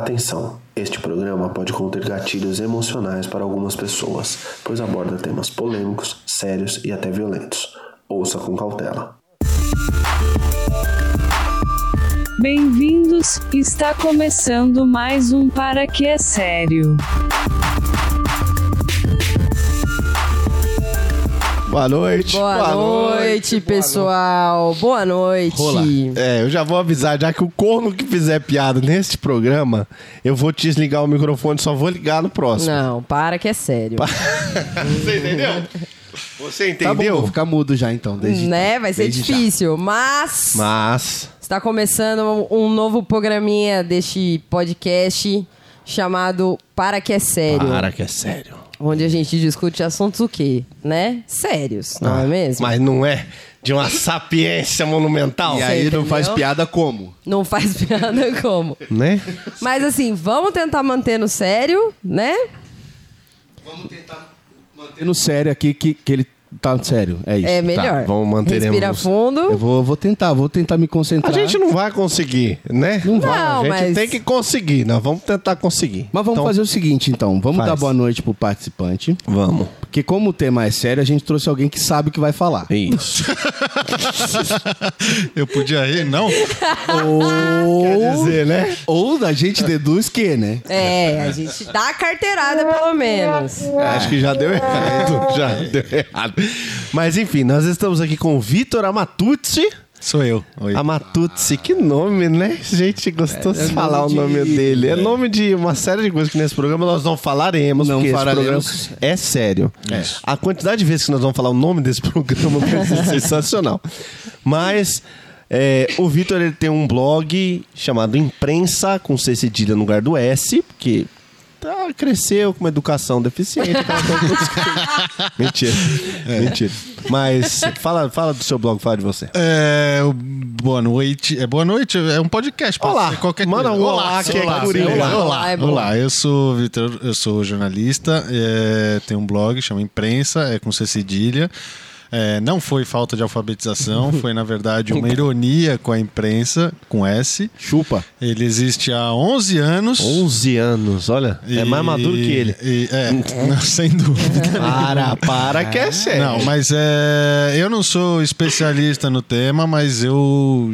Atenção! Este programa pode conter gatilhos emocionais para algumas pessoas, pois aborda temas polêmicos, sérios e até violentos. Ouça com cautela. Bem-vindos, está começando mais um Para Que É Sério. Boa noite. Boa, noite, pessoal. Boa noite. Rola. É, eu já vou avisar, já que o corno que fizer piada neste programa, eu vou te desligar o microfone, só vou ligar no próximo. Não, para que é sério. Você entendeu? Você Tá bom, entendeu? vou ficar mudo já então, desde né? Vai ser desde já. difícil, mas Mas. está começando um novo programinha deste podcast chamado Para que é sério, Para que é sério. onde a gente discute assuntos o quê, né? Sérios, não é mesmo? Mas não é de uma sapiência monumental. E aí Você não faz entendeu? piada como? Não faz piada como. Né? Mas assim, vamos tentar manter no sério, né? Vamos tentar manter no sério aqui que, que ele tá sério. É isso. É melhor. vamos manteremos- Respira Eu fundo. vou, vou tentar, vou tentar me A concentrar. gente não vai conseguir, né? Não vai. Não, A gente mas- tem que conseguir, nós vamos tentar conseguir. Mas vamos Então, fazer o seguinte então, vamos Faz. dar boa noite pro participante, Vamos. porque como o tema é sério, a gente trouxe alguém que sabe o que vai falar. Isso. Eu podia ir, não? Quer Ou, dizer, né? ou a gente deduz que, né? É, a gente dá a carteirada pelo menos. Acho que já deu errado. Já deu errado. Mas enfim, nós estamos aqui com o Vitor Amatuzzi. Sou eu. Oi. Amatuzzi, que nome, né? Gente, gostou de falar o nome dele. É. nome de uma série de coisas que nesse programa nós não falaremos, Não porque falaremos. esse programa é sério. A quantidade de vezes que nós vamos falar o nome desse programa vai ser sensacional. Mas é, o Vitor ele tem um blog chamado Imprensa, com C cedilha no lugar do S, porque tá, cresceu com uma educação deficiente. tá, aquela coisa toda. tá. mentira, mentira. Mas fala, fala do seu blog, fala de você. É, o- boa noite. É boa noite, é um podcast. pode Olá. ser Qualquer Manda coisa. um olá, que é olá, guri. olá, Olá, olá, é bom. olá. Eu sou o Vitor, eu sou jornalista, é, tenho um blog, chama Imprensa, é com C cedilha. É, não foi falta de alfabetização, foi na verdade uma ironia com a imprensa, com S. Chupa. Ele existe há 11 anos. 11 anos, olha. Oh, É mais E- maduro que ele. e- é, sem dúvida. Para, para que é sério. Não, mas é, eu não sou especialista no tema, mas eu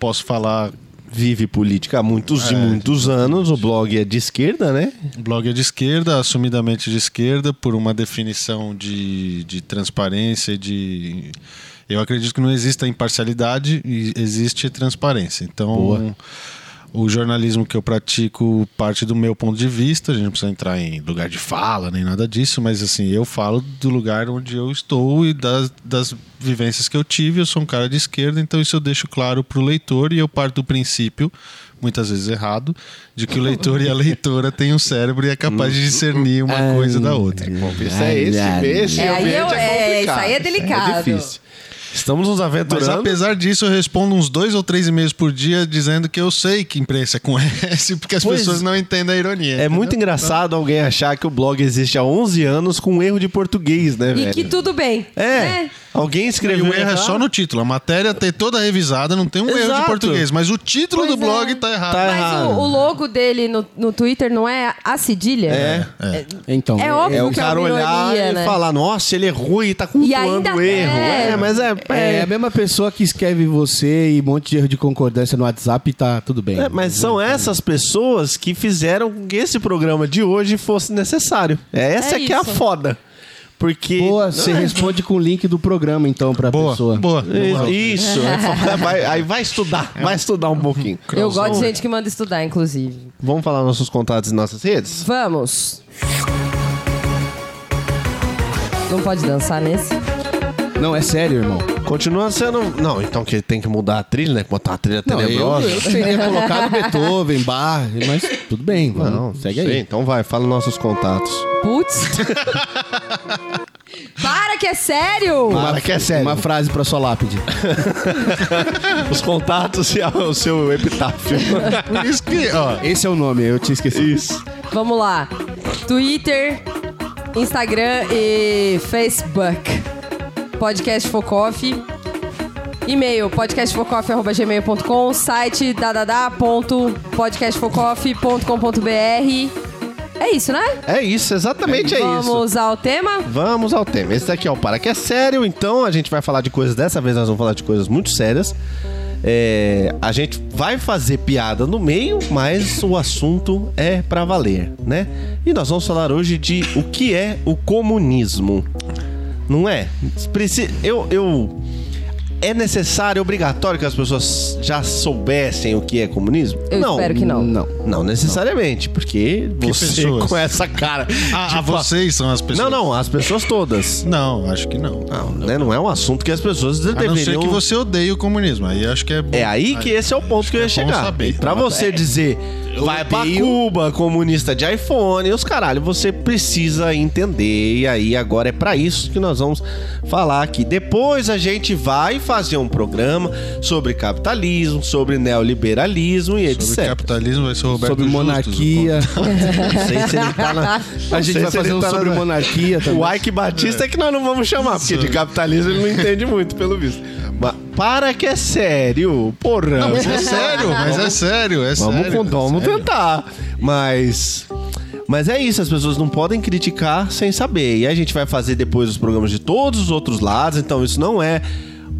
posso falar. Vive política há muitos e É. muitos anos. O blog é de esquerda, né? O blog é de esquerda, assumidamente de esquerda, por uma definição de, de transparência e de. Eu acredito que não exista imparcialidade, e existe transparência. Então, o jornalismo que eu pratico parte do meu ponto de vista, a gente não precisa entrar em lugar de fala nem nada disso, mas assim, eu falo do lugar onde eu estou e das, das vivências que eu tive. Eu sou um cara de esquerda, então isso eu deixo claro para o leitor e eu parto do princípio, muitas vezes errado, de que o leitor e a leitora têm um cérebro e é capaz de discernir Uhum. uma coisa da outra. Isso é esse, esse. É, aí ambiente eu- é, complicado. isso aí é delicado. difícil. Estamos nos Mas aventurando. apesar disso, eu respondo uns dois ou três e-mails por dia dizendo que eu sei que imprensa é com S, porque as Pois- pessoas não entendem a ironia. É muito engraçado alguém achar que o blog existe há 11 anos com um erro de português, né, E velho? que tudo bem. É. né? Alguém E escreveu. o erro é errado. só no título. A matéria tem toda revisada, não tem um erro Exato. de português. Mas o título Pois do blog é. tá errado. Tá Mas errado. o, o logo dele no, no Twitter não é a cedilha? É. Então, É óbvio É o que é cara uma olhar ironia, e né? falar, nossa, ele é ruim, tá cultuando E ainda- o erro. é. É, mas é, É a mesma pessoa que escreve você e um monte de erro de concordância no WhatsApp e tá tudo bem. É, mas são essas pessoas que fizeram com que esse programa de hoje fosse necessário. É essa É que é a isso. foda. Porque. Boa, você responde com o link do programa, então, pra Boa, pessoa. boa. É, Isso. é foda. Vai- aí vai estudar. Vai estudar um pouquinho. Eu gosto de gente que manda estudar, inclusive. Vamos falar nossos contatos e nossas redes? Vamos. Não pode dançar nesse? Não, é sério, irmão. Continua sendo. Não, então que tem que mudar a trilha, né? Botar uma trilha Não, eu, tenebrosa. eu teria colocado Beethoven, Bach, mas tudo bem. Vamos, segue sei, aí. Então vai, fala nossos contatos. Putz. Para que é sério! Para que é sério. Uma frase pra sua lápide. Os contatos e a- o seu epitáfio. Por isso que, ó, Esse é o nome, eu tinha esquecido. Isso. Vamos lá. Twitter, Instagram e Facebook. Podcast Focoff. E-mail podcastfocoff.gmail.com, site dadadá.podcastfocoff.com.br. É isso, né? É isso, exatamente é, Vamos isso. ao tema? Vamos ao tema. Esse daqui é o Para Que É Sério, então a gente vai falar de coisas. Dessa vez nós vamos falar de coisas muito sérias. É, a gente vai fazer piada no meio, mas o assunto é pra valer, né? E nós vamos falar hoje de o que é o comunismo. Não é? Preci- Eu. eu é necessário, obrigatório que as pessoas já soubessem o que é comunismo? Eu espero que não. Não. Não necessariamente, porque você pessoas? com essa cara. Ah, ah, Tipo, vocês são as Não, pessoas. não, as pessoas todas. Não, acho que não. Não, né, não é um assunto que as pessoas A não ser deveriam. que você odeie o comunismo. Aí acho que é bom. É aí que esse é o ponto que eu ia é bom chegar. saber. é. E Pra você dizer, vai pra Cuba, comunista de iPhone, os caralho, você precisa entender. E aí agora é pra isso que nós vamos falar aqui. Depois a gente vai fazer um programa sobre capitalismo, sobre neoliberalismo e Sobre etc. capitalismo vai ser o Roberto Sobre Justus, monarquia. Não sei se ele tá na. A gente vai fazer um sobre monarquia também. tá O Ike Batista é que nós não vamos chamar, porque de capitalismo ele não entende muito, pelo visto. Mas para que é sério, porra. Não, mas é sério, mas é sério, é Vamos, sério. con- vamos tentar. Mas. Mas é isso, as pessoas não podem criticar sem saber. E a gente vai fazer depois os programas de todos os outros lados, então isso não é.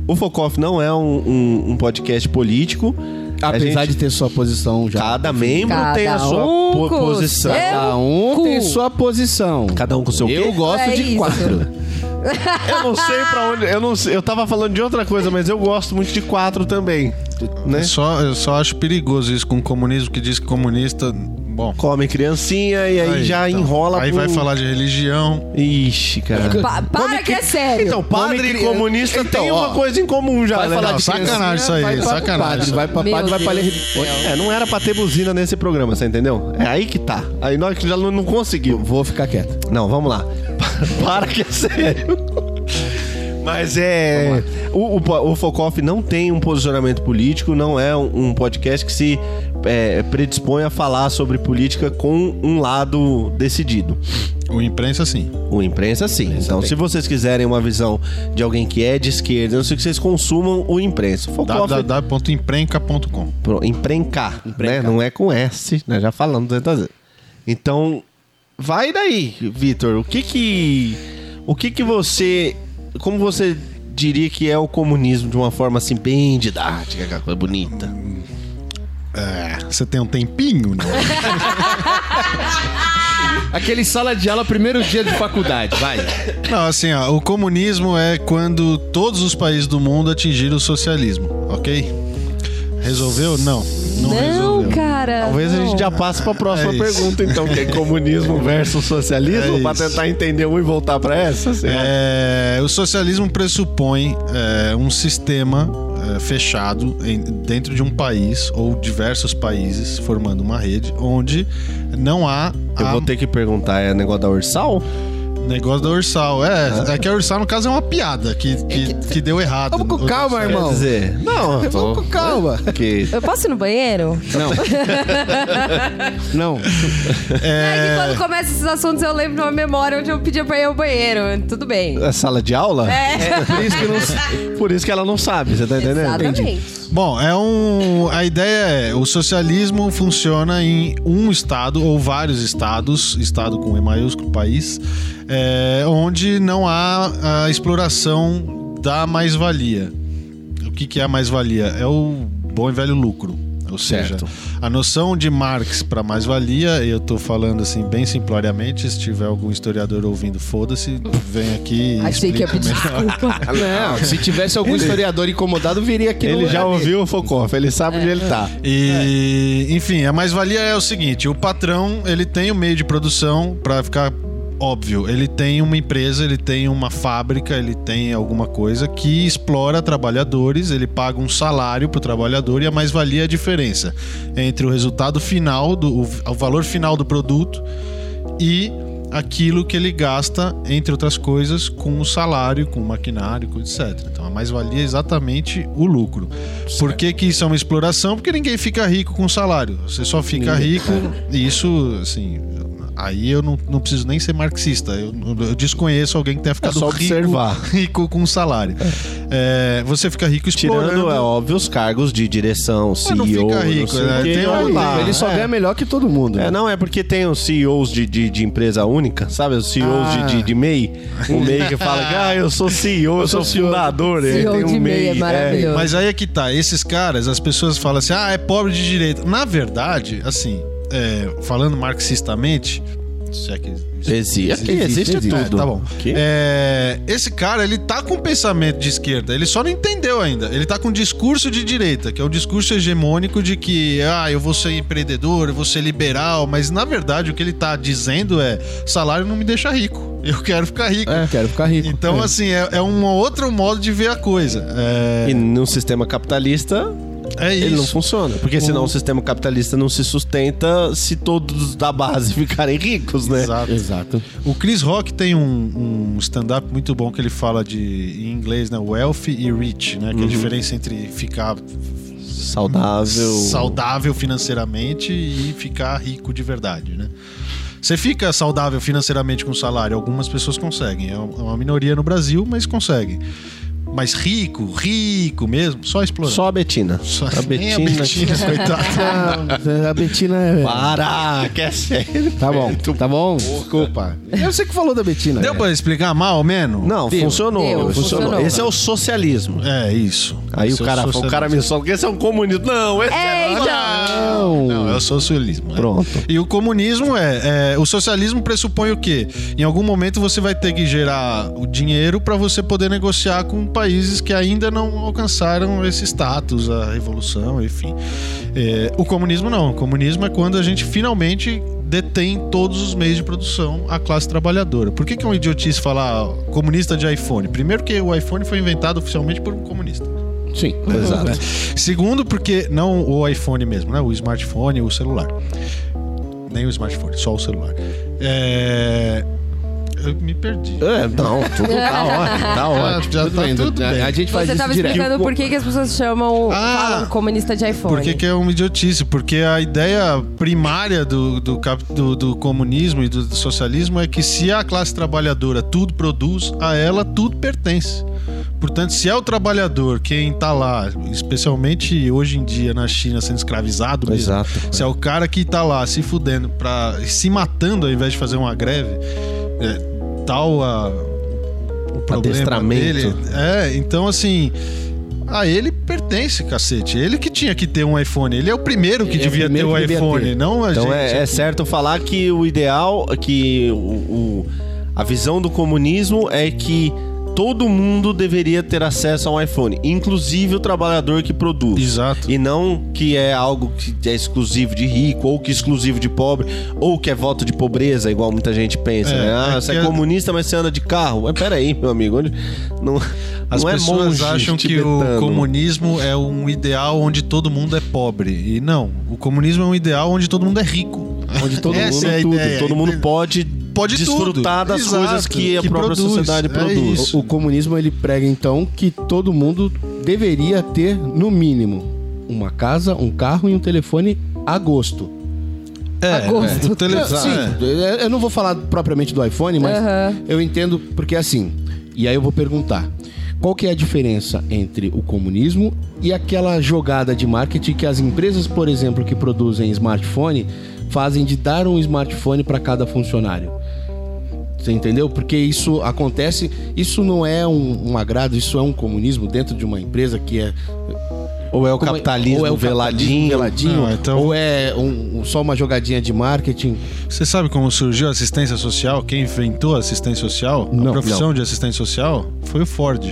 O Focoff não é um, um- um podcast político. A Apesar gente- de ter sua posição já. Cada membro Cada tem a sua um po- com posição. seu- Cada um cu. tem sua posição. Cada um com seu quê? Eu gosto É de isso. quatro. Eu não sei pra onde. Eu não sei, eu tava falando de outra coisa, mas eu gosto muito de quatro também. Né? Eu só, eu só acho perigoso isso com o comunismo que diz que comunista. Bom. Come criancinha e aí, já então. enrola Aí pro- vai falar de religião. Ixi, cara. Pa- para que é sério. Então, padre Come e cri- comunista Então, tem ó, uma coisa em comum já, Vai né? falar Não, de saca- sacanagem criancinha, isso aí, vai pra sacanagem Padre, isso vai pra Meu padre, vai pra Deus ler. do céu. É, não era pra ter buzina nesse programa, você entendeu? É aí que tá. Aí nós que já não, não conseguiu. Vou ficar quieto. Não, vamos lá. Para que é sério. Mas é. O, o, po- o Focoff não tem um posicionamento político, não é um, um podcast que se é, predispõe a falar sobre política com um lado decidido. O imprensa, sim. O imprensa, sim. então, se vocês quiserem uma visão de alguém que é de esquerda, eu não sei que vocês consumam o imprensa. O Focoff www.imprenca.com. Pro- emprencar, né? Não é com S, né? Já falamos tantas vezes. Então, vai daí, Vitor. O que que o que que você como você diria que é o comunismo de uma forma assim bem didática, aquela coisa bonita? É, Você tem um tempinho? Né? Aquele sala de aula, primeiro dia de faculdade, vai. Não, assim, ó, o comunismo é quando todos os países do mundo atingiram o socialismo, ok? Resolveu? Não. Não, não, resolveu. cara. Talvez a não. gente já passe para a próxima É isso. pergunta, então, que é comunismo versus socialismo, É pra isso. tentar entender um e voltar para essa. sei lá. É, o socialismo pressupõe é, um sistema é, fechado em- dentro de um país ou diversos países formando uma rede onde não há Eu a- vou ter que perguntar, é negócio da Ursal? negócio da Ursal. É, é que a Ursal, no caso, é uma piada que, que, que deu errado. Vamos com calma, Outra- Quer irmão. dizer, não, eu Vamos tô... com calma. que Eu posso ir no banheiro? Não. Não. É que quando começa esses assuntos eu lembro de uma memória onde eu pedia pra ir ao banheiro. Tudo bem. é sala de aula? É. Por isso que, não- por isso que ela não sabe, você tá É, né, entendendo? Exatamente. Bom, é um. A ideia é: o socialismo funciona em um estado ou vários estados, estado com E maiúsculo, país, é, onde não há a exploração da mais-valia. O que, que é a mais-valia? É o bom e velho lucro. Ou seja, Certo. a noção de Marx para mais-valia, eu tô falando assim bem simploriamente, se tiver algum historiador ouvindo, foda-se, vem aqui e Achei que ia explica pedir melhor. desculpa. Ah, Não, se tivesse algum historiador incomodado, viria aqui no Ele lugar já dele. ouviu o Focoff, ele sabe onde ele tá. E, enfim, a mais-valia é o seguinte: o patrão ele tem o meio de produção para ficar óbvio. Ele tem uma empresa, ele tem uma fábrica, ele tem alguma coisa que explora trabalhadores, ele paga um salário pro trabalhador e a mais-valia é a diferença entre o resultado final, do, o, o valor final do produto e aquilo que ele gasta, entre outras coisas, com o salário, com o maquinário, com etc. Então a mais-valia é exatamente o lucro. Por que, que isso é uma exploração? Porque ninguém fica rico com salário. Você só fica rico, e isso, assim, Aí eu não, não preciso nem ser marxista. Eu, eu desconheço alguém que tenha ficado É só rico, observar. rico com salário. É, você fica rico explorando. Tirando, é óbvio, os cargos de direção, CEO, não fica rico, sei o né? quê, Tem um olha lá. ele só é. ganha melhor que todo mundo. É, não, é porque tem os CEOs de, de, de empresa única, sabe? Os CEOs de, de, de MEI. O MEI que fala que, ah, eu sou CEO, eu sou fundador. ele CEO tem um de MEI, é maravilhoso. Mas aí é que tá, esses caras, as pessoas falam assim, ah, é pobre de direita. Na verdade, assim, é, falando marxistamente, se é que É, existe, aqui existe, Existe, tudo. É, tá bom. Que? É, esse cara, ele tá com pensamento de esquerda, ele só não entendeu ainda. Ele tá com um discurso de direita, que é o discurso hegemônico de que, ah, eu vou ser empreendedor, eu vou ser liberal, mas na verdade o que ele tá dizendo é: salário não me deixa rico, eu quero ficar rico. É, quero ficar rico. Então, É. assim, é, é um outro modo de ver a coisa. É, E num sistema capitalista, é isso. ele não funciona. Porque senão Uhum. o sistema capitalista não se sustenta se todos da base ficarem ricos, né? Exato. Exato. O Chris Rock tem um, um stand-up muito bom que ele fala de em inglês, né? Wealth e rich, né? Que é Uhum. a diferença entre ficar Saudável. saudável financeiramente e ficar rico de verdade, né? Você fica saudável financeiramente com salário, algumas pessoas conseguem. É uma minoria no Brasil, mas conseguem. Mas rico, rico mesmo, só explorando. Só a Betina. Só- A nem a Betina. Betina, coitada. Ah, a Betina é. Para, quer ser. Tá bom, tá bom? Desculpa. Eu sei que falou da Betina. Deu pra explicar mal ou menos? Não, Deu. funcionou, Deu, funcionou. funcionou. Esse é o socialismo. É, isso. Aí Esse é o cara, o cara me solta, esse é um comunista. Não, esse é... Eita! Não, não, é o socialismo. é. Pronto. E o comunismo é, é- O socialismo pressupõe o quê? Em algum momento você vai ter que gerar o dinheiro para você poder negociar com países que ainda não alcançaram esse status, a revolução, enfim. É, o comunismo não. O comunismo é quando a gente finalmente detém todos os meios de produção a classe trabalhadora. Por que, que é um idiotice falar ó, comunista de iPhone? Primeiro que o iPhone foi inventado oficialmente por um comunista. Sim. Exato. Segundo, porque não o iPhone mesmo, né? O smartphone, o celular. Nem o smartphone, só o celular. É... Eu me perdi. É, não, tudo tá ótimo, tá Ah, ótimo. já Tudo tá bem, tudo a- bem. A gente faz Você isso tava direto. explicando por que, que as pessoas chamam Ah, falam comunista de iPhone. Por que, que é uma idiotice? Porque a ideia primária do, do, cap- do- do comunismo e do, do socialismo é que se a classe trabalhadora tudo produz, a ela tudo pertence. Portanto, se é o trabalhador quem tá lá, especialmente hoje em dia na China sendo escravizado, mesmo, Exato. se é o cara que tá lá se fudendo, pra, se matando ao invés de fazer uma greve, é, tal a, o problema Adestramento. dele. É, então assim. A ele pertence, cacete. Ele que tinha que ter um iPhone. Ele é o primeiro que Ele é o devia primeiro ter que o devia iPhone, ter. não a Então gente. é, é certo falar que o ideal, que o, o- a visão do comunismo é que todo mundo deveria ter acesso a um iPhone, inclusive o trabalhador que produz. Exato. E não que é algo que é exclusivo de rico, ou que é exclusivo de pobre, ou que é voto de pobreza, igual muita gente pensa. É, né? Ah, é você que é a- comunista, mas você anda de carro. Mas peraí, meu amigo. onde- Não, As não é pessoas monge acham que o tibetano. comunismo é um ideal onde todo mundo é pobre. E não, o comunismo é um ideal onde todo mundo é rico. Onde todo Essa mundo é a tem tudo. ideia. Todo mundo pode, Pode desfrutar tudo. das Exato, coisas que a que própria produz. sociedade É produz. isso. O comunismo ele prega então que todo mundo deveria ter no mínimo uma casa, um carro e um telefone a gosto. É, Agosto. o tele- é. Sim, eu- eu não vou falar propriamente do iPhone, mas Aham. eu entendo porque assim. E aí eu vou perguntar. Qual que é a diferença entre o comunismo e aquela jogada de marketing que as empresas, por exemplo, que produzem smartphone, fazem de dar um smartphone para cada funcionário? Você entendeu? Porque isso acontece, isso não é um, um agrado, isso é um comunismo dentro de uma empresa que é Ou é o como é- capitalismo ou é o veladinho. veladinho, Não, então- ou é um- um- só uma jogadinha de marketing. Você sabe como surgiu a assistência social? Quem inventou a assistência social? Não, a profissão de assistente social foi o Ford.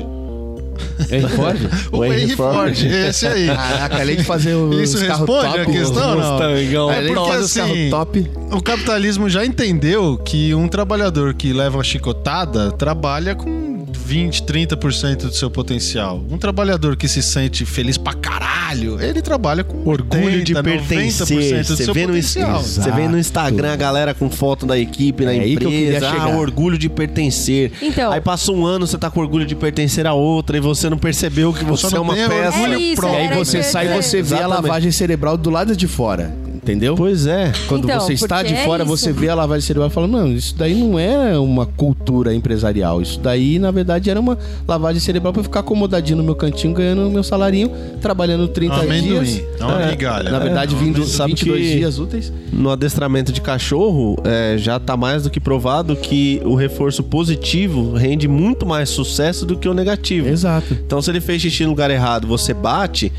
É Ford? O, Henry Ford. esse aí. Caraca, além de fazer o Isso responde a questão, não? Mustangão. É porque assim, top. o capitalismo já entendeu que um trabalhador que leva uma chicotada trabalha com 20, 30% do seu potencial. Um trabalhador que se sente feliz pra caralho, ele trabalha com Orgulho de 80, 90% pertencer. do Você seu vê, no, Insta- potencial. você vê no Instagram a galera com foto da equipe, da É aí que eu queria empresa. Ah, chegar. orgulho de pertencer. Então- Aí passa um ano, você tá com orgulho de pertencer a outra e você não percebeu que Só você é não uma tem peça. orgulho É isso, E próprio. era aí você isso que eu ia sai e dizer. você vê a Exatamente. lavagem cerebral do lado de fora. entendeu? Pois é. Quando Então, você está porque de é fora, isso. você vê a lavagem cerebral e fala, mano, isso daí não é uma cultura empresarial. Isso daí, na verdade, era uma lavagem cerebral pra eu ficar acomodadinho no meu cantinho, ganhando meu salarinho, trabalhando 30 Amendoim, dias. é uma É, migalha. Na verdade, É, vindo sabe 22 que- dias úteis. No adestramento de cachorro, é, já tá mais do que provado que o reforço positivo rende muito mais sucesso do que o negativo. Exato. Então, se ele fez xixi no lugar errado, você bate,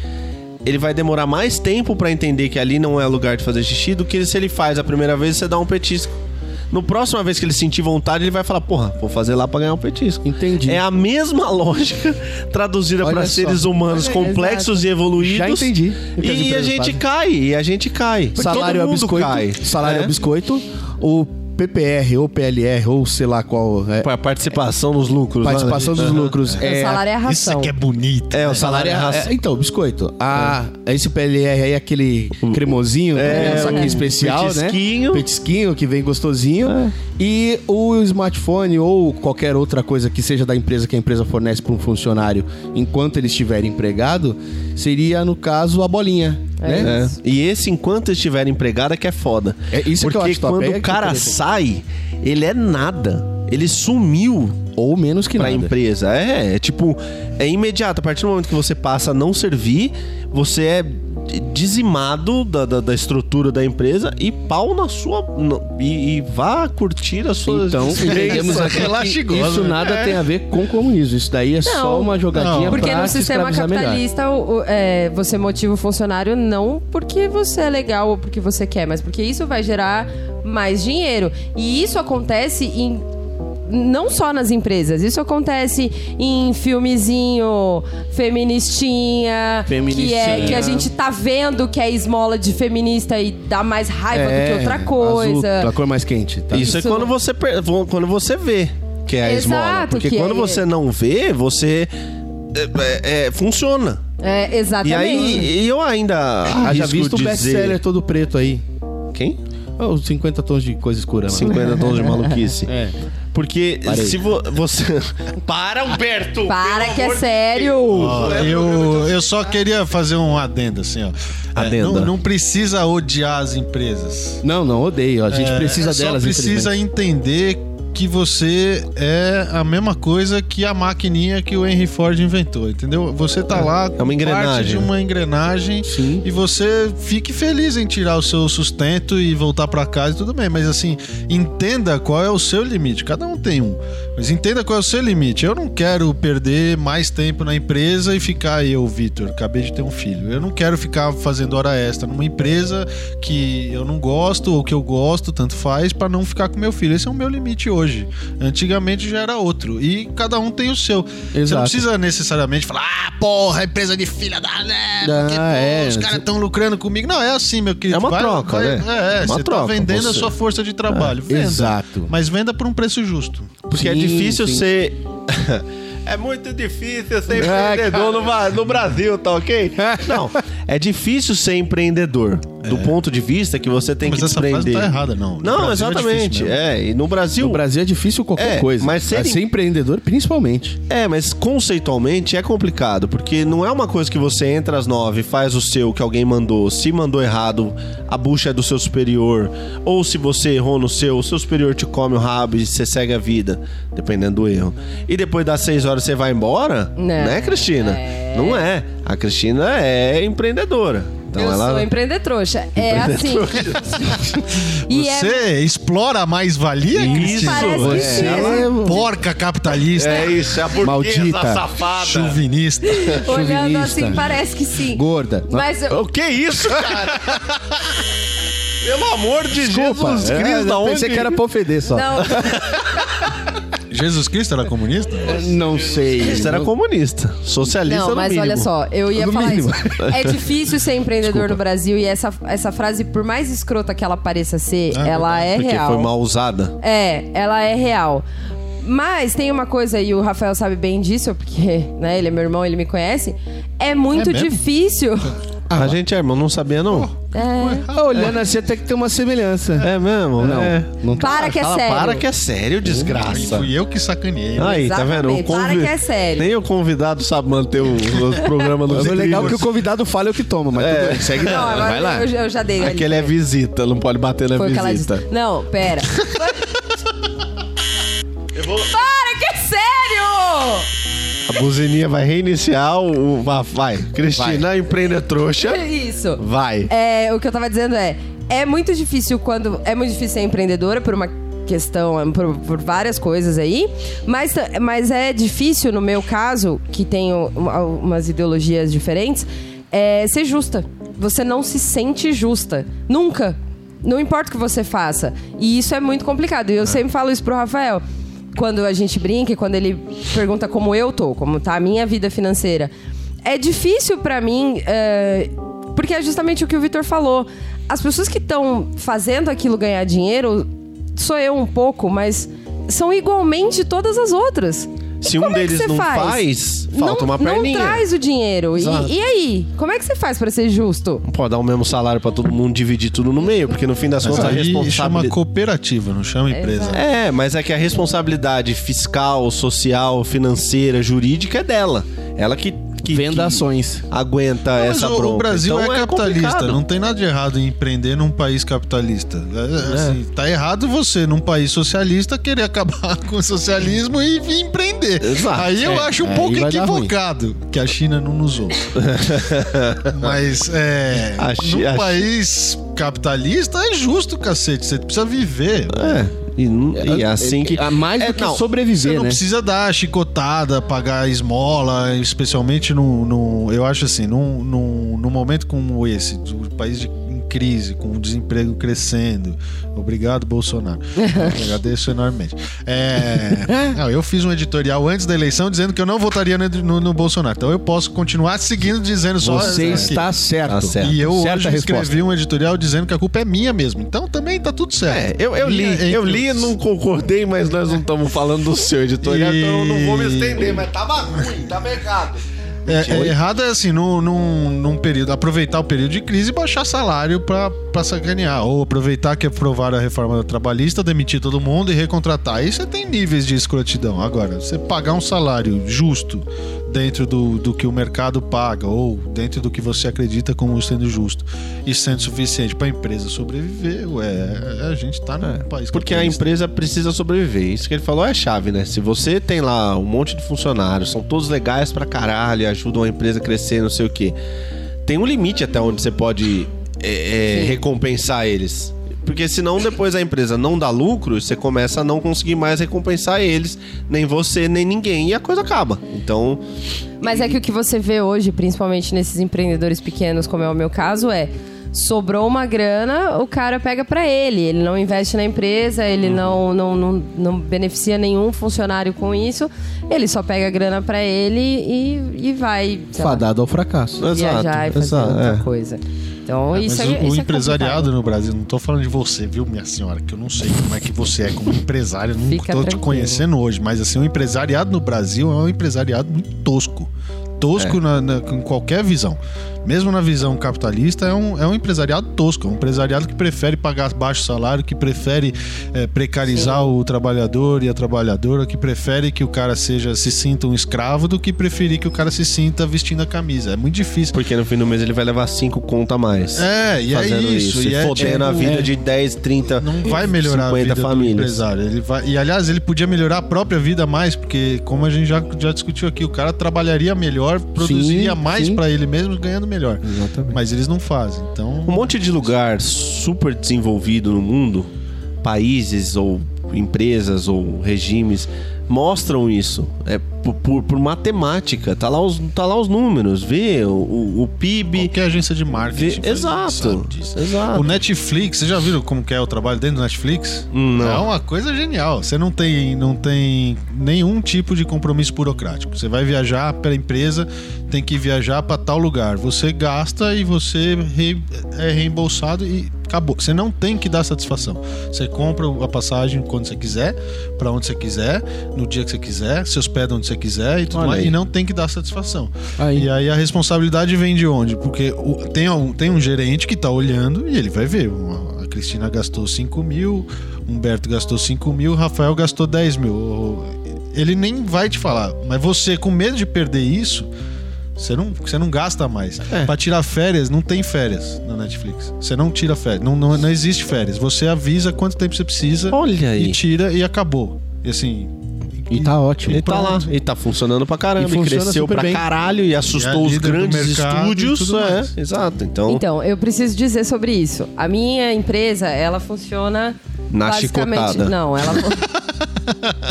ele vai demorar mais tempo pra entender que ali não é lugar de fazer xixi do que se ele faz a primeira vez você dá um petisco. No próxima vez que ele sentir vontade, ele vai falar: "Porra, vou fazer lá pra ganhar um petisco". Entendi. É a mesma lógica traduzida Olha pra só. seres humanos Olha, complexos e evoluídos. Já entendi o que as E a empresas gente fazem. cai, e a gente cai. Todo salário é mundo biscoito. cai. Salário é. né? biscoito. O PPR ou PLR ou sei lá qual é. Pra participação nos lucros. lá, né? Participação dos lucros. o salário é a Isso ração. aqui é bonito. É, o salário Salário é, é raça. é, então, biscoito. Ah, esse PLR aí é aquele cremosinho, é, um saquinho especial, Hum. petisquinho. É. né? Petisquinho, que vem gostosinho. E o smartphone ou qualquer outra coisa que seja da empresa que a empresa fornece para um funcionário enquanto ele estiver empregado, seria, no caso, a bolinha, né? É. E esse, enquanto estiver empregado, é que é foda. É isso que eu Porque acho top, quando é que o cara eu queria ter. sai, ele é nada. Ele sumiu É. Ou menos que pra nada. empresa. É, é tipo, é imediato. A partir do momento que você passa a não servir, você é dizimado da, da, da estrutura da empresa e pau na sua. no- e, e vá curtir as suas. Então, entendemos aqui que Relaxigosa. isso nada É. tem a ver com comunismo. Isso daí é só uma jogadinha Não. para Porque pra no se sistema escravizar É melhor. capitalista, o- o- é, você motiva o funcionário não porque você é legal ou porque você quer, mas porque isso vai gerar mais dinheiro. E isso acontece em- Não só nas empresas, isso acontece em filmezinho feministinha, Que, é, Feministinha. que a gente tá vendo que é esmola de feminista e dá mais raiva do que outra É, Azul, coisa. a cor mais quente. Tá? Isso, Isso- é quando você, per- vo- quando você vê que é a Exato, esmola. Porque que quando é- você não vê, você. é- é- é, funciona. É, E exatamente. aí, e eu ainda. arrisco Haja né? Ah, visto o dizer- best-seller todo preto aí. Quem? Ah, Os 50 tons de coisa escura. lá. 50 tons de maluquice. É. Porque Parei. se vo- você. Para, Humberto! Para pelo que é amor de sério! Ó, eu, eu só queria fazer um adendo, assim, ó. É, Adenda. não, não precisa odiar as empresas. Não, não, odeio. A gente É, precisa só delas, precisa infelizmente. entender que você é a mesma coisa que a maquininha que o Henry Ford inventou, entendeu? Você tá lá uma engrenagem. parte de uma engrenagem Sim. e você fique feliz em tirar o seu sustento e voltar pra casa e tudo bem, mas assim, entenda qual é o seu limite. Cada um tem um, mas entenda qual é o seu limite. Eu não quero perder mais tempo na empresa e ficar eu, Vitor, acabei de ter um filho. Eu não quero ficar fazendo hora extra numa empresa que eu não gosto ou que eu gosto, tanto faz, pra não ficar com meu filho. Esse é o meu limite hoje. Antigamente já era outro e cada um tem o seu. Você Exato. não precisa necessariamente falar: "Ah, porra, empresa de filha da, né, Ah, porque, pô, é. os caras estão lucrando comigo. Não, é assim, meu querido. É uma troca, né? É, é, Uma você tá troca, vendendo a você- É, sua força de trabalho. venda. Exato. Mas venda por um preço justo. Porque é Sim, difícil sim. ser. é muito difícil ser Ah, empreendedor no, va- no Brasil, tá ok? Não, é difícil ser empreendedor. É. Do ponto de vista que você tem Mas que essa frase desprender. não tá errada, não. No Não, Brasil é exatamente. difícil mesmo. É, e no Brasil. No Brasil é difícil qualquer É, coisa. mas ser em- empreendedor, principalmente. É, mas conceitualmente é complicado, porque não é uma coisa que você entra às nove, faz o seu que alguém mandou, se mandou errado, a bucha é do seu superior, ou se você errou no seu, o seu superior te come o rabo e você segue a vida, dependendo do erro. E depois das seis horas você vai embora? Não. Né, Cristina? Não é. A Cristina é empreendedora. Então eu ela. sou empreendetrouxa. É assim. e é Você explora a mais-valia, Cristina? Parece que Você sim. é uma porca capitalista, É isso, é a burguesa Maldita. safada. chuvinista. Olhando Chuvinista. assim, parece que sim. Gorda. Mas eu- O que é isso, cara? Pelo amor de Jesus é, Cristo, eu aonde? pensei que era pra ofender só. não, Jesus Cristo era comunista? Não sei. Isso era comunista. Socialista não, no mas mínimo. olha só, eu ia No falar mínimo. isso. É difícil ser empreendedor no Brasil e essa, essa frase, por mais escrota que ela pareça ser, ela é Porque real. foi mal usada. É, ela é real. Mas tem uma coisa, e o Rafael sabe bem disso, porque né, ele é meu irmão, ele me conhece. É muito É mesmo? difícil. Ah, a gente é irmão, não sabia não. É. Olhando assim, até que tem uma semelhança. É mesmo? Não, É. não tá. Para que é Fala, sério. Para que é sério, desgraça. Fui eu que sacaneei. Aí, tá vendo? O Exatamente. Para que é sério. Nem o convidado sabe manter o, o programa Mas nos o legal é que o trilhos. convidado fala é o que toma, mas tudo É, bem. segue Não, lá, agora vai lá. eu já- eu já dei ali. Aquele é visita, não pode bater na Foi o que ela disse. visita. Não, pera. Para que é sério! A buzininha vai reiniciar o... Vai, vai. Cristina, empreenda trouxa. Isso. Vai. É, o que eu tava dizendo é, é muito difícil quando é muito difícil ser empreendedora por uma questão, é, por, por várias coisas aí, mas, t- mas é difícil no meu caso, que tenho uma- umas ideologias diferentes, é ser justa. Você não se sente justa. Nunca. Não importa o que você faça. E isso é muito complicado. E eu sempre falo isso pro Rafael quando a gente brinca e quando ele pergunta como eu tô, como tá a minha vida financeira. É difícil pra mim, é, porque é justamente o que o Vitor falou. As pessoas que estão fazendo aquilo ganhar dinheiro, sou eu um pouco, mas são igualmente todas as outras. E Se um como é que deles você não faz, falta não, uma perninha. Não traz o dinheiro. E, Exato. e aí? Como é que você faz pra ser justo? Não pode dar o mesmo salário pra todo mundo dividir tudo no meio, porque no fim das Mas contas a aí chama responsabilidade... cooperativa, não chama empresa. É, mas é que a responsabilidade fiscal, social, financeira, jurídica é dela. Ela que, que, Venda que ações. aguenta Mas essa o- bronca. o Brasil Então é capitalista, complicado. não tem nada de errado em empreender num país capitalista. É, assim, tá errado você, num país socialista, querer acabar com o socialismo e vir empreender. Exato. Aí eu É, acho um aí pouco vai dar ruim. equivocado que a China não nos ouça. Mas é, A Chi- a num Chi- país capitalista é justo, cacete. Você precisa viver. É, e, não- e assim que... É mais É, do que não, Você sobreviver, não né? precisa dar chicotada, pagar esmola, especialmente num, num- eu acho assim, num, num, num momento como esse, do país de- em crise, com o desemprego crescendo. Obrigado, Bolsonaro. Agradeço enormemente. É, não, eu fiz um editorial antes da eleição dizendo que eu não votaria no, no- no Bolsonaro. Então eu posso continuar seguindo dizendo só. Você aqui. está certo. Tá certo. E eu Certa hoje resposta. escrevi um editorial dizendo que a culpa é minha mesmo. Então também tá tudo É, certo. eu, eu Minha li, eu entre li, os- não concordei, mas nós não estamos falando do seu editorial, E- então eu não vou me estender, mas tava ruim, tava errado. É, é, errado é assim, num, num, num período, aproveitar o período de crise e baixar salário pra, pra sacanear. Ou aproveitar que aprovaram a reforma trabalhista, demitir todo mundo e recontratar. Aí você tem níveis de escrotidão. Agora, você pagar um salário justo dentro do, do que o mercado paga, ou dentro do que você acredita como sendo justo, e sendo suficiente pra empresa sobreviver, ué, a gente tá num país Porque a capitalista. empresa precisa sobreviver. Isso que ele falou é a chave, né? Se você tem lá um monte de funcionários, são todos legais pra caralho, ajudam a empresa a crescer, não sei o quê. Tem um limite até onde você pode é, é, recompensar eles. Porque senão depois a empresa não dá lucro, você começa a não conseguir mais recompensar eles, nem você, nem ninguém, e a coisa acaba. Então, Mas é que o que você vê hoje, principalmente nesses empreendedores pequenos, como é o meu caso, é sobrou uma grana, o cara pega pra ele, ele não investe na empresa, ele não, não, não, não beneficia nenhum funcionário com isso, ele só pega a grana pra ele e, e vai sei lá, Fadado Tá ao fracasso. é viajar e fazer exato, outra é. coisa. Então Mas isso o, é, o isso é empresariado no Brasil, não tô falando de você, viu, minha senhora, que eu não sei como é que você é como empresário, não Fica tô te tranquilo. conhecendo hoje, mas assim, o empresariado no Brasil é um empresariado muito tosco. É. Tosco na, na- em qualquer visão. Mesmo na visão capitalista, é um, é um empresariado tosco. É um empresariado que prefere pagar baixo salário, que prefere eh, precarizar o trabalhador e a trabalhadora, que prefere que o cara seja se sinta um escravo do que preferir que o cara se sinta vestindo a camisa. É muito difícil. porque no fim do mês ele vai levar cinco conto a mais. É, e é fazendo isso. e e é, fodendo tipo, a vida é, de 10, 30, não vai melhorar a 50 vida do famílias. empresário. Ele vai, e aliás, ele podia melhorar a própria vida mais, porque como a gente já, já discutiu aqui, o cara trabalharia melhor, produziria mais sim. pra ele mesmo, ganhando melhor. Exatamente. Mas eles não fazem. Então, Um monte de lugar super desenvolvido no mundo, países ou empresas ou regimes, mostram isso. É por, por- por matemática. Tá lá os, tá lá os números. Vê o, o- o PIB. qualquer agência de marketing. Vê- exato, sabe disso. exato. O Netflix, vocês já viram como que é o trabalho dentro do Netflix? Não. É uma coisa genial. Você não tem, não tem nenhum tipo de compromisso burocrático. Você vai viajar para empresa, tem que viajar para tal lugar. Você gasta e você re- é reembolsado e Acabou. Você não tem que dar satisfação. Você compra a passagem quando você quiser, para onde você quiser, no dia que você quiser, se hospeda onde você quiser e tudo Olha mais. aí. E não tem que dar satisfação. Aí. E aí a responsabilidade vem de onde? Porque o- tem, algum- tem um gerente que tá olhando e ele vai ver. Uma- A Cristina gastou 5 mil, Humberto gastou 5 mil, Rafael gastou 10 mil. Ele nem vai te falar. Mas você, com medo de perder isso, você não, você não gasta mais. É. Pra tirar férias, não tem férias na Netflix. Você não tira férias. Não, não, não existe férias. Você avisa quanto tempo você precisa Olha aí. e tira e acabou. E assim. E tá um ótimo. Ele tá lá, ele tá funcionando pra caramba, E ele funciona cresceu super pra bem. caralho e assustou os é líder do grandes mercado e estúdios. tudo É, mais. exato. Então, Então, eu preciso dizer sobre isso. A minha empresa, ela funciona Na basicamente... chicotada. Não, ela...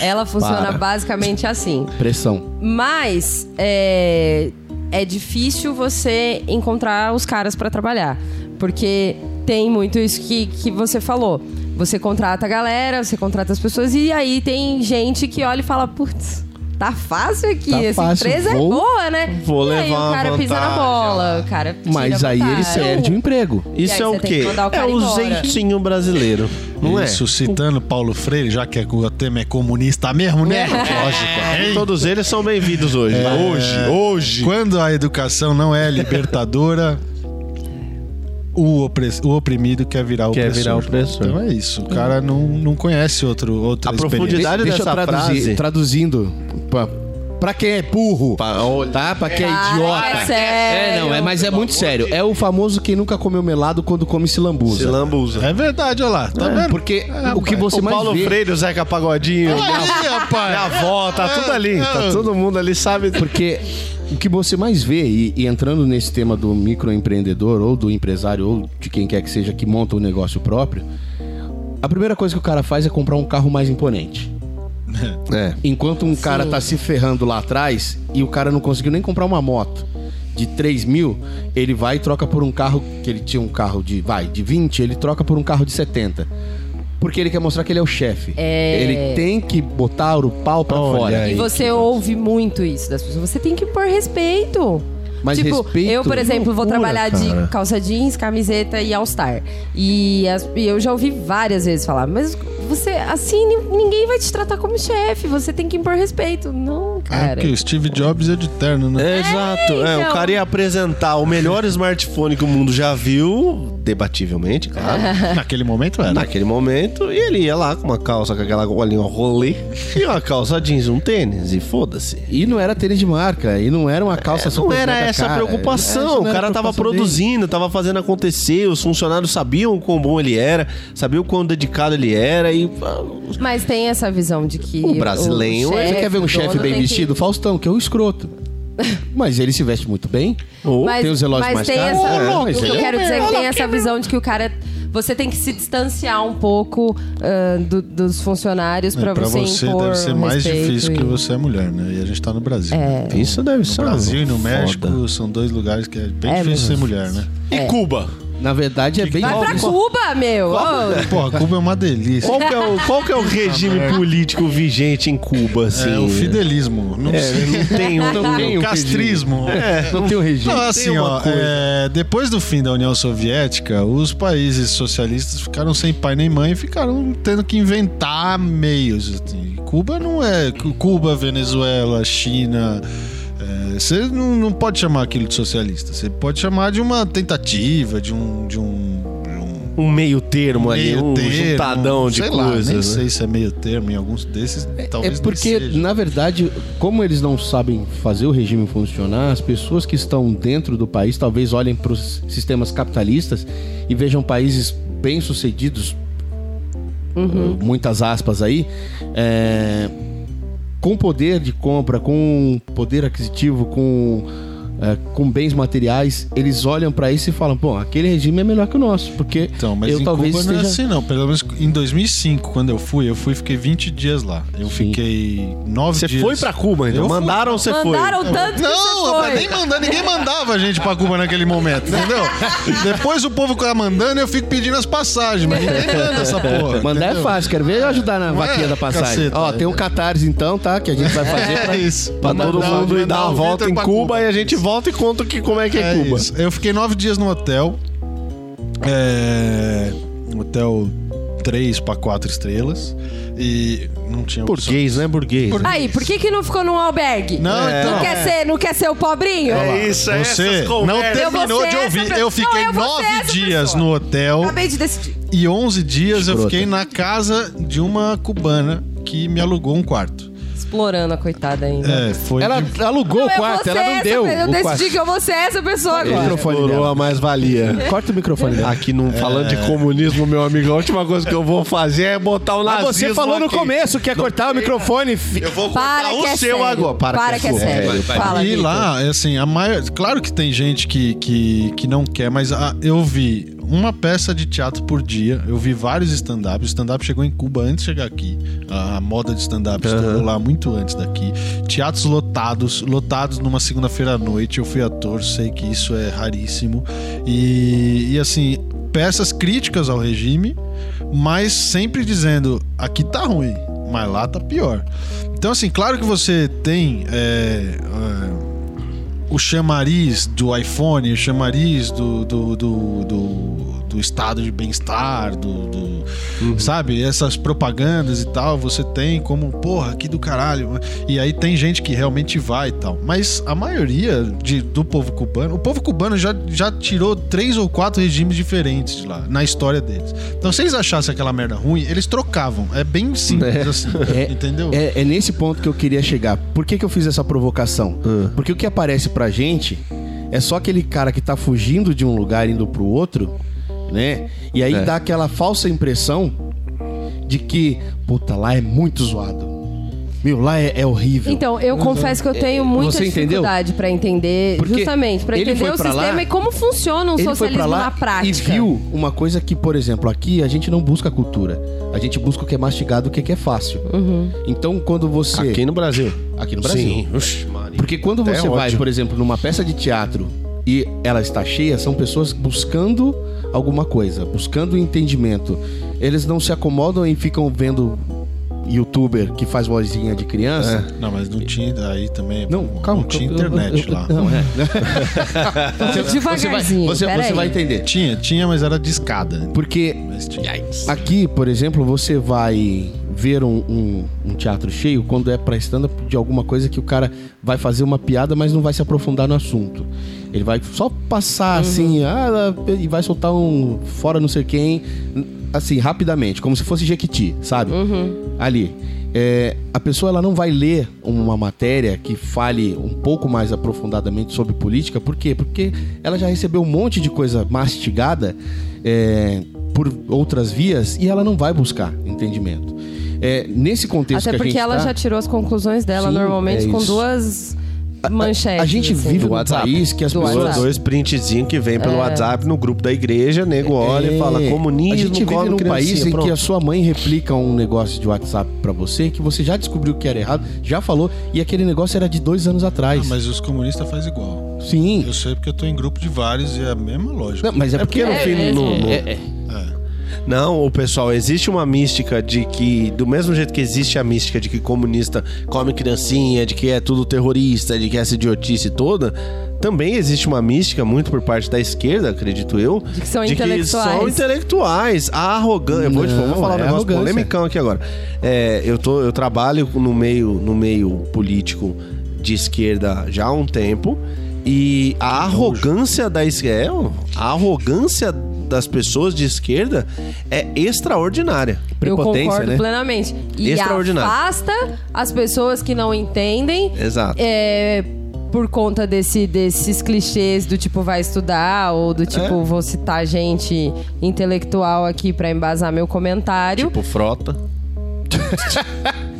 ela funciona Para. basicamente assim. Pressão. Mas é, é difícil você encontrar os caras pra trabalhar. Porque tem muito isso que, que você falou. Você contrata a galera, você contrata as pessoas, e aí tem gente que olha e fala, putz. Tá fácil aqui, Tá essa fácil, empresa vou- é boa, né? vou e aí levar o uma cara pisa na vantagem, bola, o cara tira Mas a aí ele vantagem. perde o emprego. E isso aí é você o tem que quê? mandar o É cara o embora. jeitinho brasileiro, não Isso, é? citando Paulo Freire, já que é- o tema é comunista mesmo, né? Lógico. Ei, Todos eles são bem-vindos hoje. Hoje, hoje. É. Quando a educação não é libertadora, o, opres- o oprimido quer virar Quer opressor. virar opressor. Então é isso. O cara não, não conhece outro, outra A profundidade- experiência. Cuidado dessa frase. Traduzindo. Pra, pra quem é burro, Pa- olha. tá? Pra quem é Ah, idiota. é sério. É, não, é, mas é muito sério. É o famoso quem nunca comeu melado quando come silambuza. Se lambuza. É verdade, olha lá. Tá vendo? Porque o que você o mais Paulo vê... Freire, o Zeca Pagodinho, Aí, a rapaz. avó, É. tá tudo ali. Tá todo mundo ali, sabe? Porque o que você mais vê, e, e entrando nesse tema do microempreendedor ou do empresário ou de quem quer que seja que monta um negócio próprio, a primeira coisa que o cara faz é comprar um carro mais imponente. É. Enquanto um cara tá se ferrando lá atrás e o cara não conseguiu nem comprar uma moto de 3 mil, ele vai e troca por um carro que ele tinha um carro de, vai, de 20, ele troca por um carro de 70. Porque ele quer mostrar que ele é o chefe. É. Ele tem que botar o pau pra Olha fora. aí. E você ouve muito isso das pessoas. Você tem que pôr respeito. Mas tipo, respeito eu, por é exemplo, vou loucura, trabalhar cara. de calça jeans, camiseta e all-star. E, as- e eu já ouvi várias vezes falar, mas você, assim, nin- ninguém vai te tratar como chefe, você tem que impor respeito. Não, É cara. porque o Steve Jobs é de terno, né? Exato. É, o então. cara ia apresentar o melhor smartphone que o mundo já viu, debativelmente, claro. É. né, Naquele momento era. Naquele momento, e ele ia lá com uma calça com aquela olhinha rolê e uma calça jeans, um tênis, e foda-se. E não era tênis de marca, e não era uma calça super É, Não era essa a mega cara. é, Essa preocupação. não O era cara a tava preocupação produzindo, tava fazendo acontecer, os funcionários sabiam o quão bom ele era, sabiam o quão dedicado ele era e. Mas tem essa visão de que. O brasileiro, o dele. chefe, Você quer ver o É, um chefe então, dono bem né, tem que- vestido? Faustão, que é um escroto. Mas ele se veste muito bem. Ou Mas, tem os relógios mas mais tem caros. essa- É, o mas que ele eu é quero dizer é que tem essa visão de que o cara. Você tem que se distanciar um pouco ah, do- dos funcionários É, pra pra você você impor deve ser um mais respeito difícil e- que você é mulher, né? E a gente tá no Brasil. É. Isso deve um No Brasil e no México são dois lugares que é bem É difícil ser mesmo. mulher, né? E Cuba? Na verdade, é bem Vai pra óbvio. Cuba, meu! Ô, Pô, Cuba é uma delícia. Qual que é o, qual que é o regime político vigente em Cuba, assim? né? é o Então, fidelismo. Não sei. Não tem um. Não É, tem O um castrismo. regime. Não tem um regime. Não, assim, Tem uma ó, coisa. é, depois do fim da União Soviética, os países socialistas ficaram sem pai nem mãe e ficaram tendo que inventar meios. assim. Cuba não é. Cu- Cuba, Venezuela, China. é, Você não, não pode chamar aquilo de socialista. Você pode chamar de uma tentativa, de um. De um, de um Um meio termo ali, meio um termo, juntadão de sei lá, coisas. nem né? sei se é meio termo em alguns desses. talvez é nem porque, seja. na verdade, como eles não sabem fazer o regime funcionar, as pessoas que estão dentro do país talvez olhem para os sistemas capitalistas e vejam países bem-sucedidos, eh, muitas aspas aí, eh, com poder de compra, com poder aquisitivo, com, eh, com bens materiais, eles olham para isso e falam: bom, aquele regime é melhor que o nosso, porque Então, mas eu em talvez Cuba não é esteja- assim não. Pelo menos em 2005, quando eu fui, eu fui e fiquei 20 dias lá. Eu Sim. fiquei 9 Você dias. foi pra Cuba, então? Eu fui. Mandaram, você foi. Mandaram tanto Não, que rapaz, você nem mandava, ninguém mandava a gente pra Cuba naquele momento, entendeu? Depois o povo tá mandando e eu fico pedindo as passagens, mas ninguém manda essa porra. Mandar é entendeu? fácil, quero ver eu ajudar na vaquinha é, da passagem. caceta, Ó, é. tem um Catarse então, tá? Que a gente vai fazer pra É isso. Pra todo Mandar- mundo ir dar mandar uma o volta Victor em pra Cuba, e a gente volta e conta o que, como é que é, É Cuba. isso. Eu fiquei nove dias no hotel. É, um hotel 3 para 4 estrelas. E não tinha opção. Burguês, né? Burguês. Por- né? Aí, por que que não ficou num albergue? Não, então. Não quer ser, não quer ser o pobrinho? Olha lá, isso, é Você essas não conversas. Eu vou terminou ser de essa ouvir. pessoa. Eu fiquei Não, eu vou ser nove essa dias pessoa. no hotel Acabei de decidir. e 11 dias eu Escrota. fiquei na casa de uma cubana que me alugou um quarto. Explorando a coitada ainda. É, foi. Ela de- alugou Eu o vou quarto, ser ela não é essa deu. pe- Eu o quarto. decidi que eu vou ser essa pessoa Ele agora. microfone Explorou dela. É. a mais-valia. Corta o microfone dela. Aqui, não, falando de comunismo, meu amigo, a última coisa que eu vou fazer é botar o Ah, nazismo você falou no aqui. começo que ia cortar o microfone. fi- Eu vou cortar Para que o é seu sério. agora. Para, que é sério. Vai, vai. Fala, e Vitor. lá, assim, a maior. Claro que tem gente que, que, que não quer, mas ah, eu vi uma peça de teatro por dia, eu vi vários stand-ups. O stand-up chegou em Cuba antes de chegar aqui. A, a moda de stand-up estourou lá muito antes daqui. Teatros lotados, lotados numa segunda-feira à noite. Eu fui ator, sei que isso é raríssimo. E, e assim, peças críticas ao regime, mas sempre dizendo: aqui tá ruim, mas lá tá pior. Então, assim, claro que você tem. é, é, o chamariz do iPhone, o chamariz do, do, do, do, do estado de bem-estar, do, do- Uhum. sabe? Essas propagandas e tal, você tem como, porra, que do caralho. E aí tem gente que realmente vai e tal. Mas a maioria de, do povo cubano, o povo cubano já, já tirou três ou quatro regimes diferentes de lá, na história deles. Então, se eles achassem aquela merda ruim, eles trocavam. É bem simples assim, entendeu? É, é nesse ponto que eu queria chegar. Por que, que eu fiz essa provocação? Ah. Porque o que aparece pra gente é só aquele cara que tá fugindo de um lugar indo pro outro, né? E É. aí dá aquela falsa impressão de que, puta, lá é muito zoado. Meu, lá é, é horrível. Então, eu confesso que eu tenho muita é, você entendeu? dificuldade pra entender, Porque justamente, pra ele entender foi o pra lá, sistema e como funciona o ele foi socialismo pra lá na prática. e viu uma coisa que, por exemplo, aqui a gente não busca cultura. A gente busca o que é mastigado, o que é que é fácil. Uhum. Então, quando você... Aqui no Brasil. Aqui no Brasil. Sim. Oxi, Maria. Porque quando Até você vai, ódio. por exemplo, numa peça de teatro e ela está cheia, são pessoas buscando alguma coisa, buscando um entendimento. Eles não se acomodam e ficam vendo youtuber que faz vozinha de criança. Não, mas não tinha aí também. Não, calma. Não tinha eu- eu- internet eu- eu- lá. Não, é. Você vai, Devagarzinho, você, peraí. você vai entender. Tinha, tinha, mas era discada. Porque Mas tinha. Aqui, por exemplo, você vai ver um, um- um teatro cheio quando é pra stand-up de alguma coisa que o cara vai fazer uma piada, mas não vai se aprofundar no assunto. Ele vai só passar assim, ah, e vai soltar um fora não sei quem, assim, rapidamente, como se fosse Jequiti, sabe? Ali. É, a pessoa ela não vai ler uma matéria que fale um pouco mais aprofundadamente sobre política, por quê? Porque ela já recebeu um monte de coisa mastigada é, por outras vias e ela não vai buscar entendimento. É, nesse contexto Até que a porque gente ela tá, já tirou as conclusões dela Sim, normalmente é com isso. duas manchetes. a gente assim. vive Do num WhatsApp. país que as Do pessoas WhatsApp. Dois printzinhos que vem pelo WhatsApp no grupo da igreja, nego olha e fala comunismo, É. A gente vive come num criancinha", país em pronto. que a sua mãe replica um negócio de WhatsApp pra você que você já descobriu que era errado, já falou e aquele negócio era de dois anos atrás. Ah, mas os comunistas fazem igual. Sim. Eu sei porque eu tô em grupo de vários e é a mesma lógica. Não, mas é porque no não fim, no- no- Não, o pessoal, existe uma mística de que, do mesmo jeito que existe a mística de que comunista come criancinha, de que é tudo terrorista, de que é essa idiotice toda, também existe uma mística muito por parte da esquerda, acredito eu, de que são Que são intelectuais. intelectuais, a arrogância. Eu vou, te- Não, vou falar um é negócio arrogância. polêmicão aqui agora. É, eu, tô, eu trabalho no meio, no meio político de esquerda já há um tempo. E a arrogância da esquerda, a arrogância das pessoas de esquerda é extraordinária. Eu concordo né? plenamente. E Extraordinário. afasta as pessoas que não entendem Exato. é, por conta desse, desses clichês do tipo vai estudar ou É. do tipo vou citar gente intelectual aqui pra embasar meu comentário. Tipo frota.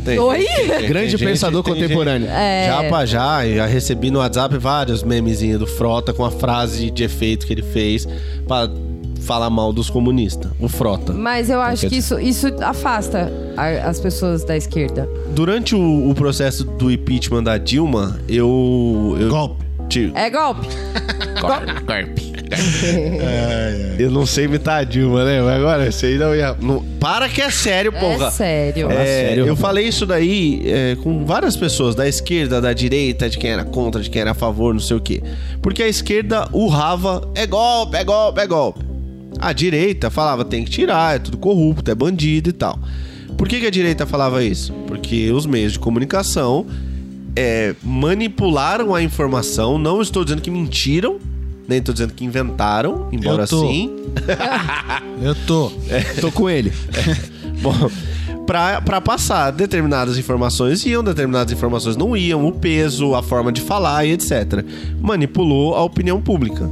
Tem- Oi? tem Grande gente- pensador tem gente- contemporâneo. É, Já pra já, eu já recebi no WhatsApp vários memezinhos do Frota com a frase de efeito que ele fez pra falar mal dos comunistas. O Frota. Mas eu acho quer que isso, isso afasta a- as pessoas da esquerda. Durante o, o processo do impeachment da Dilma, eu. eu Golpe. Ti- É golpe. eu não sei imitar a Dilma, né? Mas agora isso aí não ia. não- para que é sério, porra. É sério. É, sério, eu rapaz. falei isso daí é, com várias pessoas, da esquerda, da direita, de quem era contra, de quem era a favor, não sei o quê. Porque a esquerda urrava, é golpe, é golpe, é golpe. A direita falava tem que tirar, é tudo corrupto, é bandido e tal. Por que, que a direita falava isso? Porque os meios de comunicação é, manipularam a informação. Não estou dizendo que mentiram, nem estou dizendo que inventaram, embora Eu tô. sim. Eu tô. É, Tô com ele. Bom, pra, pra passar determinadas informações iam, determinadas informações não iam, o peso, a forma de falar e etc. Manipulou a opinião pública.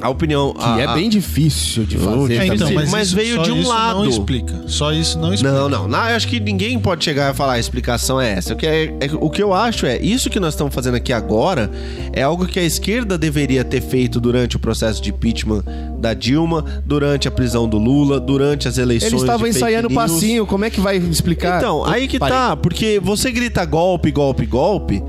A opinião. E a- é a- bem difícil de fazer. É, então, também. mas, Mas isso- veio só de um isso lado. Não explica. Só isso não explica. né? Não, não. Não, eu acho que ninguém pode chegar e falar a explicação é essa. O que, é, é- o que eu acho é, isso que nós estamos fazendo aqui agora é algo que a esquerda deveria ter feito durante o processo de impeachment da Dilma, durante a prisão do Lula, durante as eleições. Ele estava de fake ensaiando o news. passinho, como é que vai explicar? Então, aí que tá, porque você grita golpe, golpe, golpe.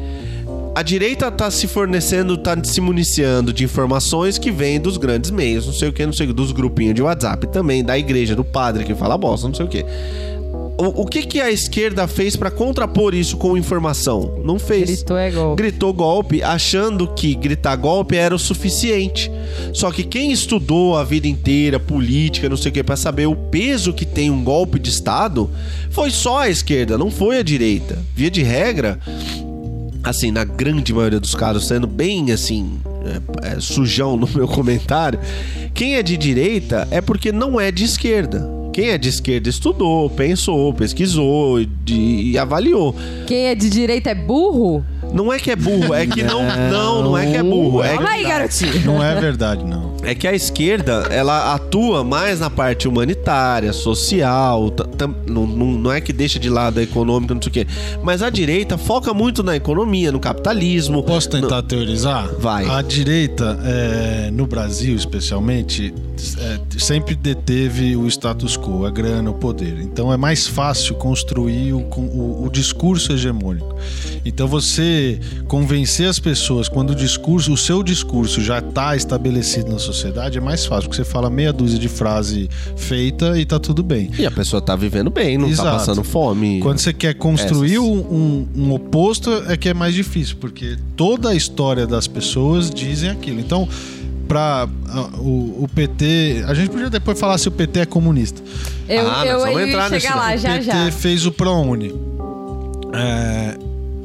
A direita tá se fornecendo, tá se municiando de informações que vêm dos grandes meios, não sei o que, não sei o que, dos grupinhos de WhatsApp também, da igreja, do padre que fala bosta, não sei o que. O, o que que a esquerda fez pra contrapor isso com informação? Não fez Gritou é golpe. gritou golpe achando que gritar golpe era o suficiente. Só que quem estudou a vida inteira política, não sei o que, pra saber o peso que tem um golpe de Estado, foi só a esquerda, não foi a direita. Via de regra, assim, na grande maioria dos casos, sendo bem assim, é, é, sujão no meu comentário, quem é de direita é porque não é de esquerda. Quem é de esquerda estudou, pensou, pesquisou de- e avaliou. Quem é de direita é burro? Não é que é burro, é que não. Não, não é que é burro. É, Fala aí, garotinho. Não é verdade, não. é que a esquerda, ela atua mais na parte humanitária, social. ta- tam- não, não, não é que deixa de lado a econômica, não sei o quê. Mas a direita foca muito na economia, no capitalismo. Posso tentar teorizar? Vai. A direita, é, no Brasil especialmente, é, sempre deteve o status quo, a grana, o poder. Então é mais fácil construir o, com- o- o discurso hegemônico. Então você convencer as pessoas quando o discurso, o seu discurso já está estabelecido na sociedade, é mais fácil, porque você fala meia dúzia de frase feita e tá tudo bem. E a pessoa tá vivendo bem, não tá Exato. passando fome. Quando você quer construir Essas. um, um- um oposto, é que é mais difícil, porque toda a história das pessoas dizem aquilo. Então, para o, o PT, a gente podia depois falar se o PT é comunista. Eu, Ah, nós eu, vamos eu ia entrar nisso chegar daí. lá, já, o PT já. fez o ProUni. É,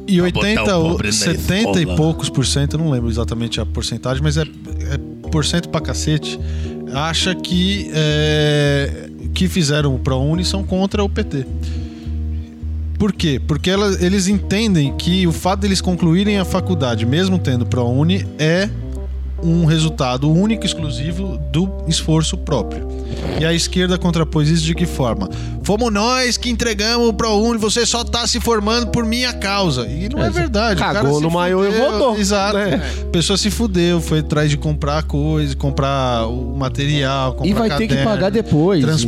e 80, ou 70 e poucos por cento, eu não lembro exatamente a porcentagem, mas é, é por cento pra cacete, acha que é, que fizeram o ProUni são contra o PT. Por quê? Porque ela- eles entendem que o fato deles concluírem a faculdade, mesmo tendo ProUni, é um resultado único e exclusivo do esforço próprio. E a esquerda contrapôs isso de que forma? Fomos nós que entregamos o ProUni, você só tá se formando por minha causa. E não é, verdade. o cagou se no maiô e fudeu. votou. Exato. né? A pessoa se fudeu, foi atrás de comprar coisa, comprar o material, comprar E vai ter que caderno, pagar depois. Transporte,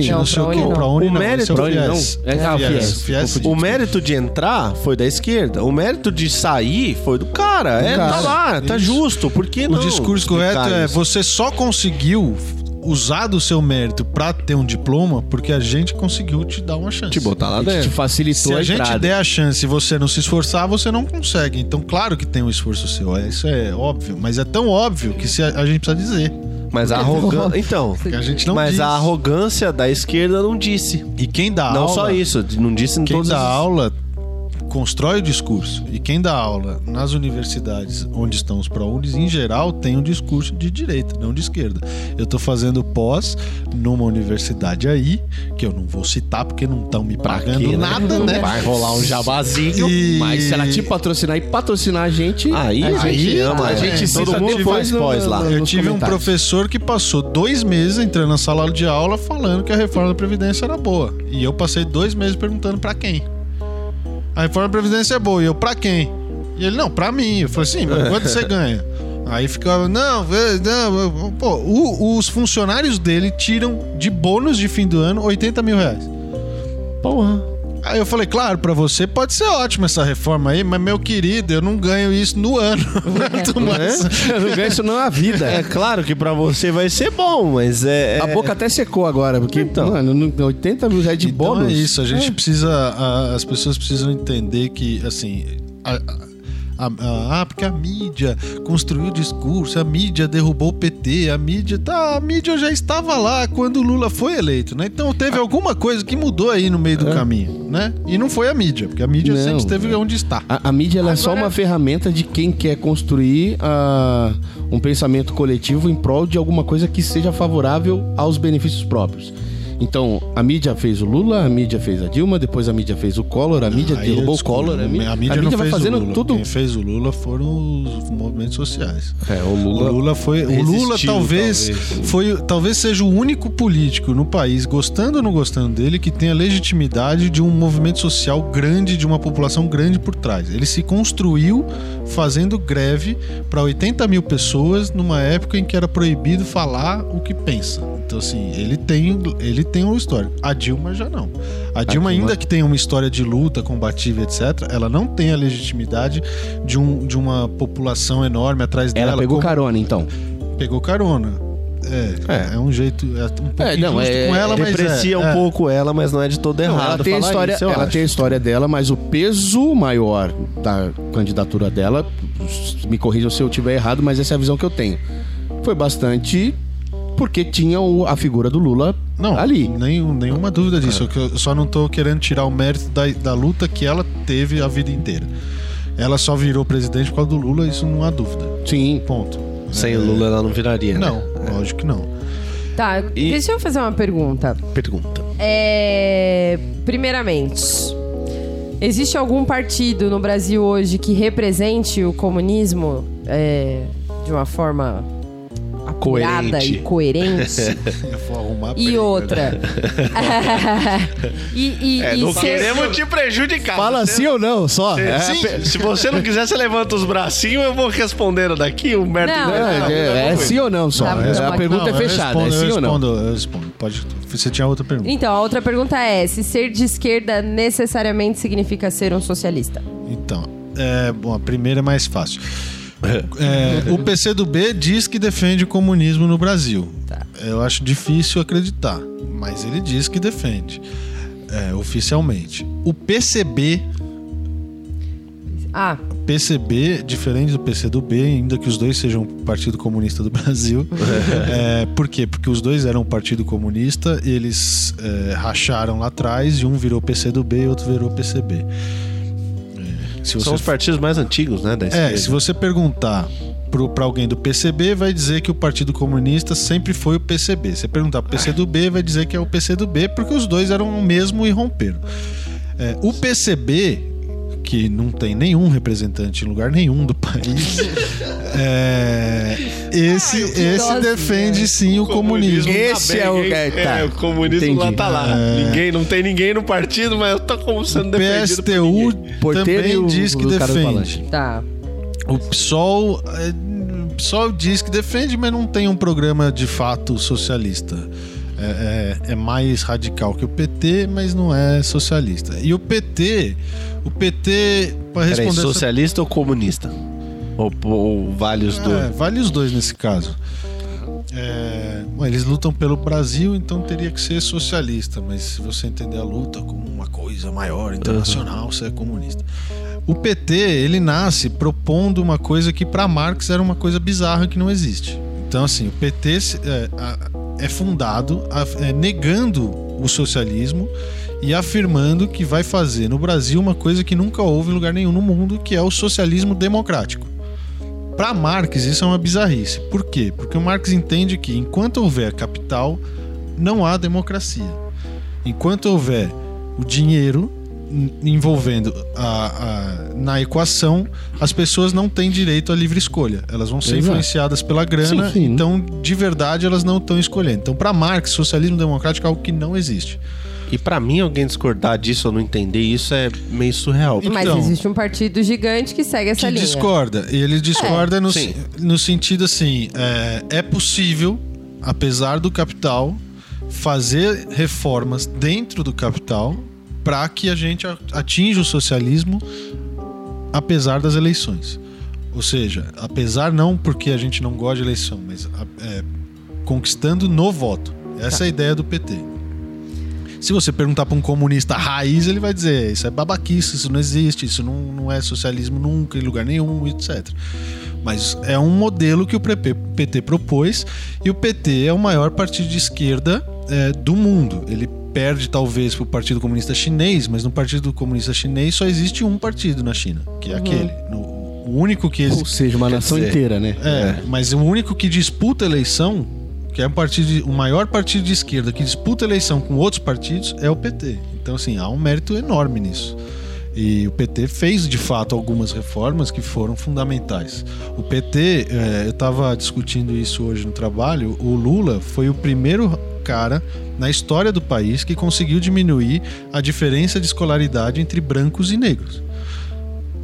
então, não assim, sei o ProUni que. não. ProUni O não, mérito- esse é o ProUni não. FIES. É, ah, o FIES, FIES. confundi. O mérito de entrar foi da esquerda, o mérito de sair foi do cara. é, tá cara. lá, tá Isso. justo. Por que O não? discurso explicar correto é isso? você só conseguiu usar do seu mérito pra ter um diploma porque a gente conseguiu te dar uma chance. te botar lá a gente dentro. te facilitou Se a a gente entrada. der a chance e você não se esforçar, você não consegue. Então, claro que tem um esforço seu. é- Isso é óbvio. Mas é tão óbvio que se a, a gente precisa dizer. Mas a arrogância. Então. Que a gente não mas diz. a arrogância da esquerda não disse. E quem dá não aula... só isso, não disse em Quem todas dá as- aula constrói o discurso. E quem dá aula nas universidades onde estão os ProUnis, em geral, tem um discurso de direita, não de esquerda. Eu tô fazendo pós numa universidade aí, que eu não vou citar porque não estão me pagando Aqui, né? nada, né? Vai rolar um jabazinho, E- mas se ela te patrocinar e patrocinar a gente, é. Aí a a gente gente, ama, a né? gente Todo cita mundo depois faz no- pós lá. no- Eu nos tive um comentários. professor que passou dois meses entrando na sala de aula falando que a reforma da Previdência era boa. E eu passei dois meses perguntando pra quem. A reforma da Previdência é boa. E eu, pra quem? E ele, não, pra mim. Eu falei assim, mas quanto você ganha? Aí ficava, não, eh, não, eh, pô, o- os funcionários dele tiram de bônus de fim do ano 80 mil reais. Porra. Aí eu falei, claro, pra você pode ser ótima essa reforma aí, mas meu querido, eu não ganho isso no ano. Quanto mais- Eu não ganho isso não é a vida. É claro que pra você vai ser bom, mas é. é- A boca até secou agora, porque, Então. mano, não- 80 mil reais de Então é bônus. É. é isso, a gente precisa. a- as pessoas precisam entender que, assim. a- a- A- a- ah, porque a mídia construiu o discurso, a mídia derrubou o PT, a mídia. Tá, a mídia já estava lá quando o Lula foi eleito, né? Então teve alguma coisa que mudou aí no meio do caminho, né? E não foi a mídia, porque a mídia É. Não, sempre esteve é. onde está. A, a mídia ela é só Agora- uma ferramenta de quem quer construir ah, um pensamento coletivo em prol de alguma coisa que seja favorável aos benefícios próprios. Então, a mídia fez o Lula, a mídia fez a Dilma, depois a mídia fez o Collor, a mídia Aí eu derrubou o discordo. Collor, é a mí- a mídia, não vai fez fazendo o Lula. tudo. Quem fez o Lula foram os movimentos sociais. É, o Lula- O Lula foi. O Resistiu, Lula talvez, talvez. foi, talvez seja o único político no país, gostando ou não gostando dele, que tenha legitimidade de um movimento social grande, de uma população grande por trás. Ele se construiu fazendo greve para 80 mil pessoas numa época em que era proibido falar o que pensa. Então, assim, ele tem, ele tem uma história. A Dilma já não. A Dilma, ainda que tenha uma história de luta combativa, etc., ela não tem a legitimidade de, um, de uma população enorme atrás Ela dela. pegou como- carona, então. pegou carona. É, é, um jeito. É um pouco É, não, injusto é- com ela, mas. Deprecia é, um é. pouco ela, mas não é de todo Não, errado. ela tem, a falar história, isso, eu ela acho. tem a história dela, mas o peso maior da candidatura dela, me corrijam se eu tiver errado, mas essa é a visão que eu tenho. Foi bastante porque tinha o- a figura do Lula Não, ali. Ah, nenhum- nenhuma dúvida disso. Eu que- Eu só não tô querendo tirar o mérito da, da luta que ela teve a vida inteira. Ela só virou presidente por causa do Lula, isso não há dúvida. Sim. Ponto. É, Sem o Lula ela não viraria. né? Não, lógico que não. Tá, deixa eu fazer uma pergunta. Pergunta. É, Primeiramente, existe algum partido no Brasil hoje que represente o comunismo é, de uma forma apurada Coerente. e coerente? Eu vou arrumar e briga. outra. e É, e, e ser- te prejudicar. Fala sim ou não, só. É, É, pe- se você não quiser, você levanta os bracinhos, eu vou respondendo daqui, o merda. Não, é, não, é, é sim ou não só. Tá bom, É, tá a bom. pergunta é eu fechada, é respondo, sim eu ou não? respondo, Eu respondo, pode. Você tinha outra pergunta. Então, a outra pergunta é: se ser de esquerda necessariamente significa ser um socialista? Então, é, bom, a primeira é mais fácil. É, o PCdoB diz que defende o comunismo no Brasil. Eu acho difícil acreditar, mas ele diz que defende, é, oficialmente. O PCB, Ah, PCB, diferente do PCdoB, ainda que os dois sejam um Partido Comunista do Brasil. É, por quê? Porque os dois eram um Partido Comunista, eles é, racharam lá atrás e um virou PCdoB e outro virou PCB. É, se São você os partidos mais antigos, né? Da é, esquerda. se você perguntar pro- pra alguém do PCB, vai dizer que o Partido Comunista sempre foi o PCB. Se você perguntar pro PCdoB, vai dizer que é o PCdoB, porque os dois eram o mesmo e romperam. É, o PCB, que não tem nenhum representante em lugar nenhum do país, é, esse, esse dose, né? defende sim o comunismo. Esse é o- é, tá. o comunismo lá Entendi. tá lá. Ninguém, não tem ninguém no partido, mas eu tô como sendo defendido. por PSTU ninguém. Porteiro e também o- diz que o cara do defende. palanque. tá. O PSOL, é, o PSOL diz que defende, mas não tem um programa de fato socialista. É, é- é mais radical que o PT, mas não é socialista. E o PT, o PT, para Peraí, responder. essa- socialista ou comunista? Ou, ou vale os dois? É, vale os dois nesse caso. É, bom, eles lutam pelo Brasil, então teria que ser socialista, mas se você entender a luta como uma coisa maior, internacional, você é comunista. O PT, ele nasce propondo uma coisa que para Marx era uma coisa bizarra que não existe. Então, assim, o PT se- é, a- é fundado a- é, negando o socialismo e afirmando que vai fazer no Brasil uma coisa que nunca houve em lugar nenhum no mundo, que é o socialismo democrático. Para Marx, isso é uma bizarrice. Por quê? Porque o Marx entende que enquanto houver capital, não há democracia. Enquanto houver o dinheiro en- envolvendo a- a- na equação, as pessoas não têm direito à livre escolha. Elas vão ser Exato. influenciadas pela é. grana, Sim, sim. então de verdade elas não estão escolhendo. Então, para Marx, socialismo democrático é algo que não existe. E pra mim, alguém discordar disso ou não entender isso é meio surreal. Então- Mas existe um partido gigante que segue essa que linha. discorda. E ele discorda no, sim. no sentido assim: é, é possível, apesar do capital, fazer reformas dentro do capital para que a gente a- atinja o socialismo, apesar das eleições. Ou seja, apesar não porque a gente não gosta de eleição, mas a- é, conquistando no voto. Essa é a ideia do PT. Se você perguntar para um comunista raiz, ele vai dizer: isso é babaquice, isso não existe, isso não, não é socialismo nunca, em lugar nenhum, etc. Mas é um modelo que o PP PT propôs e o PT é o maior partido de esquerda eh, do mundo. Ele perde talvez para o Partido Comunista Chinês, mas no Partido Comunista Chinês só existe um partido na China, que é aquele. No- o único que Ou seja, uma quer nação dizer, inteira, né? é, mas o único que disputa eleição, que é um partido de- o maior partido de esquerda que disputa eleição com outros partidos, é o PT. Então, assim, há um mérito enorme nisso. E o PT fez, de fato, algumas reformas que foram fundamentais. O PT, é, eu estava discutindo isso hoje no trabalho, o Lula foi o primeiro cara na história do país que conseguiu diminuir a diferença de escolaridade entre brancos e negros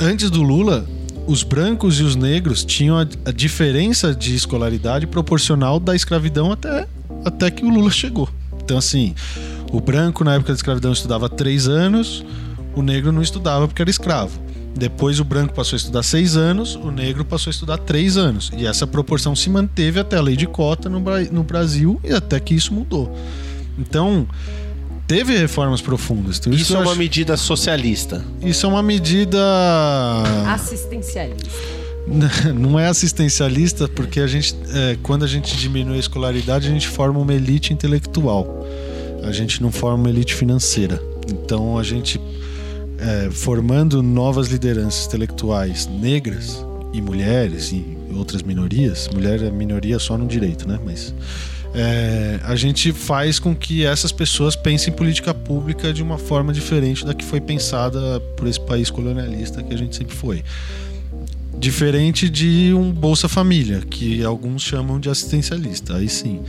antes do Lula, os brancos e os negros tinham a, a diferença de escolaridade proporcional da escravidão até, até que o Lula chegou. Então, assim, o branco na época da escravidão estudava três anos, o negro não estudava porque era escravo. Depois o branco passou a estudar seis anos, o negro passou a estudar três anos. E essa proporção se manteve até a lei de cota no, Bra- no Brasil e até que isso mudou. Então, teve reformas profundas. Então, Isso eu é uma acho- medida socialista. isso é uma medida. Assistencialista. Não é assistencialista, porque a gente, é, quando a gente diminui a escolaridade, a gente forma uma elite intelectual. A gente não forma uma elite financeira. Então a gente é, formando novas lideranças intelectuais negras e mulheres e outras minorias. Mulher é minoria só no direito, né? Mas é, a gente faz com que essas pessoas pensem política pública de uma forma diferente da que foi pensada por esse país colonialista que a gente sempre foi. Diferente de um Bolsa Família, que alguns chamam de assistencialista, aí sim.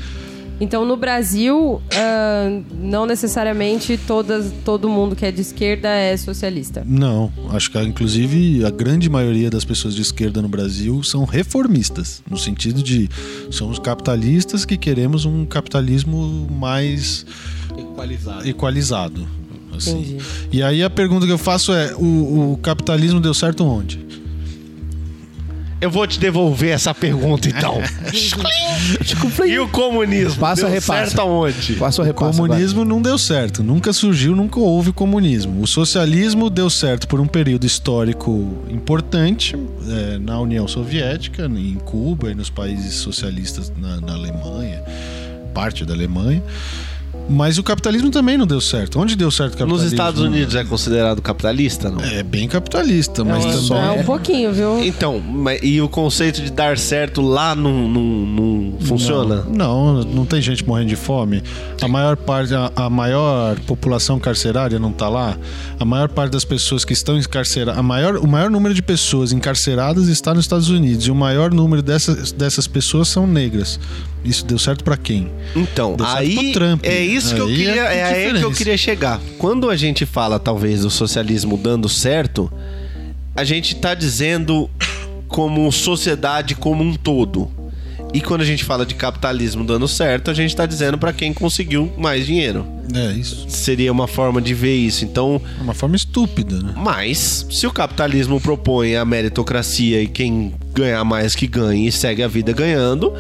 Então, no Brasil, ah, não necessariamente todas, todo mundo que é de esquerda é socialista. Não, acho que inclusive a grande maioria das pessoas de esquerda no Brasil são reformistas, no sentido de são os capitalistas que queremos um capitalismo mais Equalizado. equalizado. assim. Entendi. E aí a pergunta que eu faço é: o, o capitalismo deu certo onde? Eu vou te devolver essa pergunta, então. e o comunismo? Passa Deu a repassa. certo aonde? Faça o O repasse. comunismo não deu certo, nunca surgiu, nunca houve comunismo. O socialismo deu certo por um período histórico importante eh, na União Soviética, em Cuba e nos países socialistas na, na Alemanha, parte da Alemanha. Mas o capitalismo também não deu certo. Onde deu certo o capitalismo? Nos Estados Unidos é considerado capitalista, não? É bem capitalista, mas é também. só- É um pouquinho, viu? Então, mas- e o conceito de dar certo lá não, não, não funciona? Não, não tem gente morrendo de fome. A maior parte, a, a maior população carcerária não tá lá. A maior parte das pessoas que estão encarceradas, a maior, o maior número de pessoas encarceradas está nos Estados Unidos e o maior número dessas, dessas pessoas são negras. Isso deu certo para quem? Então, Deu certo aí pro Trump, é né? isso que eu Aí é queria, é, a aí que eu diferença. queria chegar. Quando a gente fala talvez do socialismo dando certo, a gente tá dizendo como sociedade como um todo. E quando a gente fala de capitalismo dando certo, a gente tá dizendo para quem conseguiu mais dinheiro. É isso. Seria uma forma de ver isso. Então, É uma forma estúpida, né? mas, se o capitalismo propõe a meritocracia e quem ganhar mais que ganhe e segue a vida ganhando,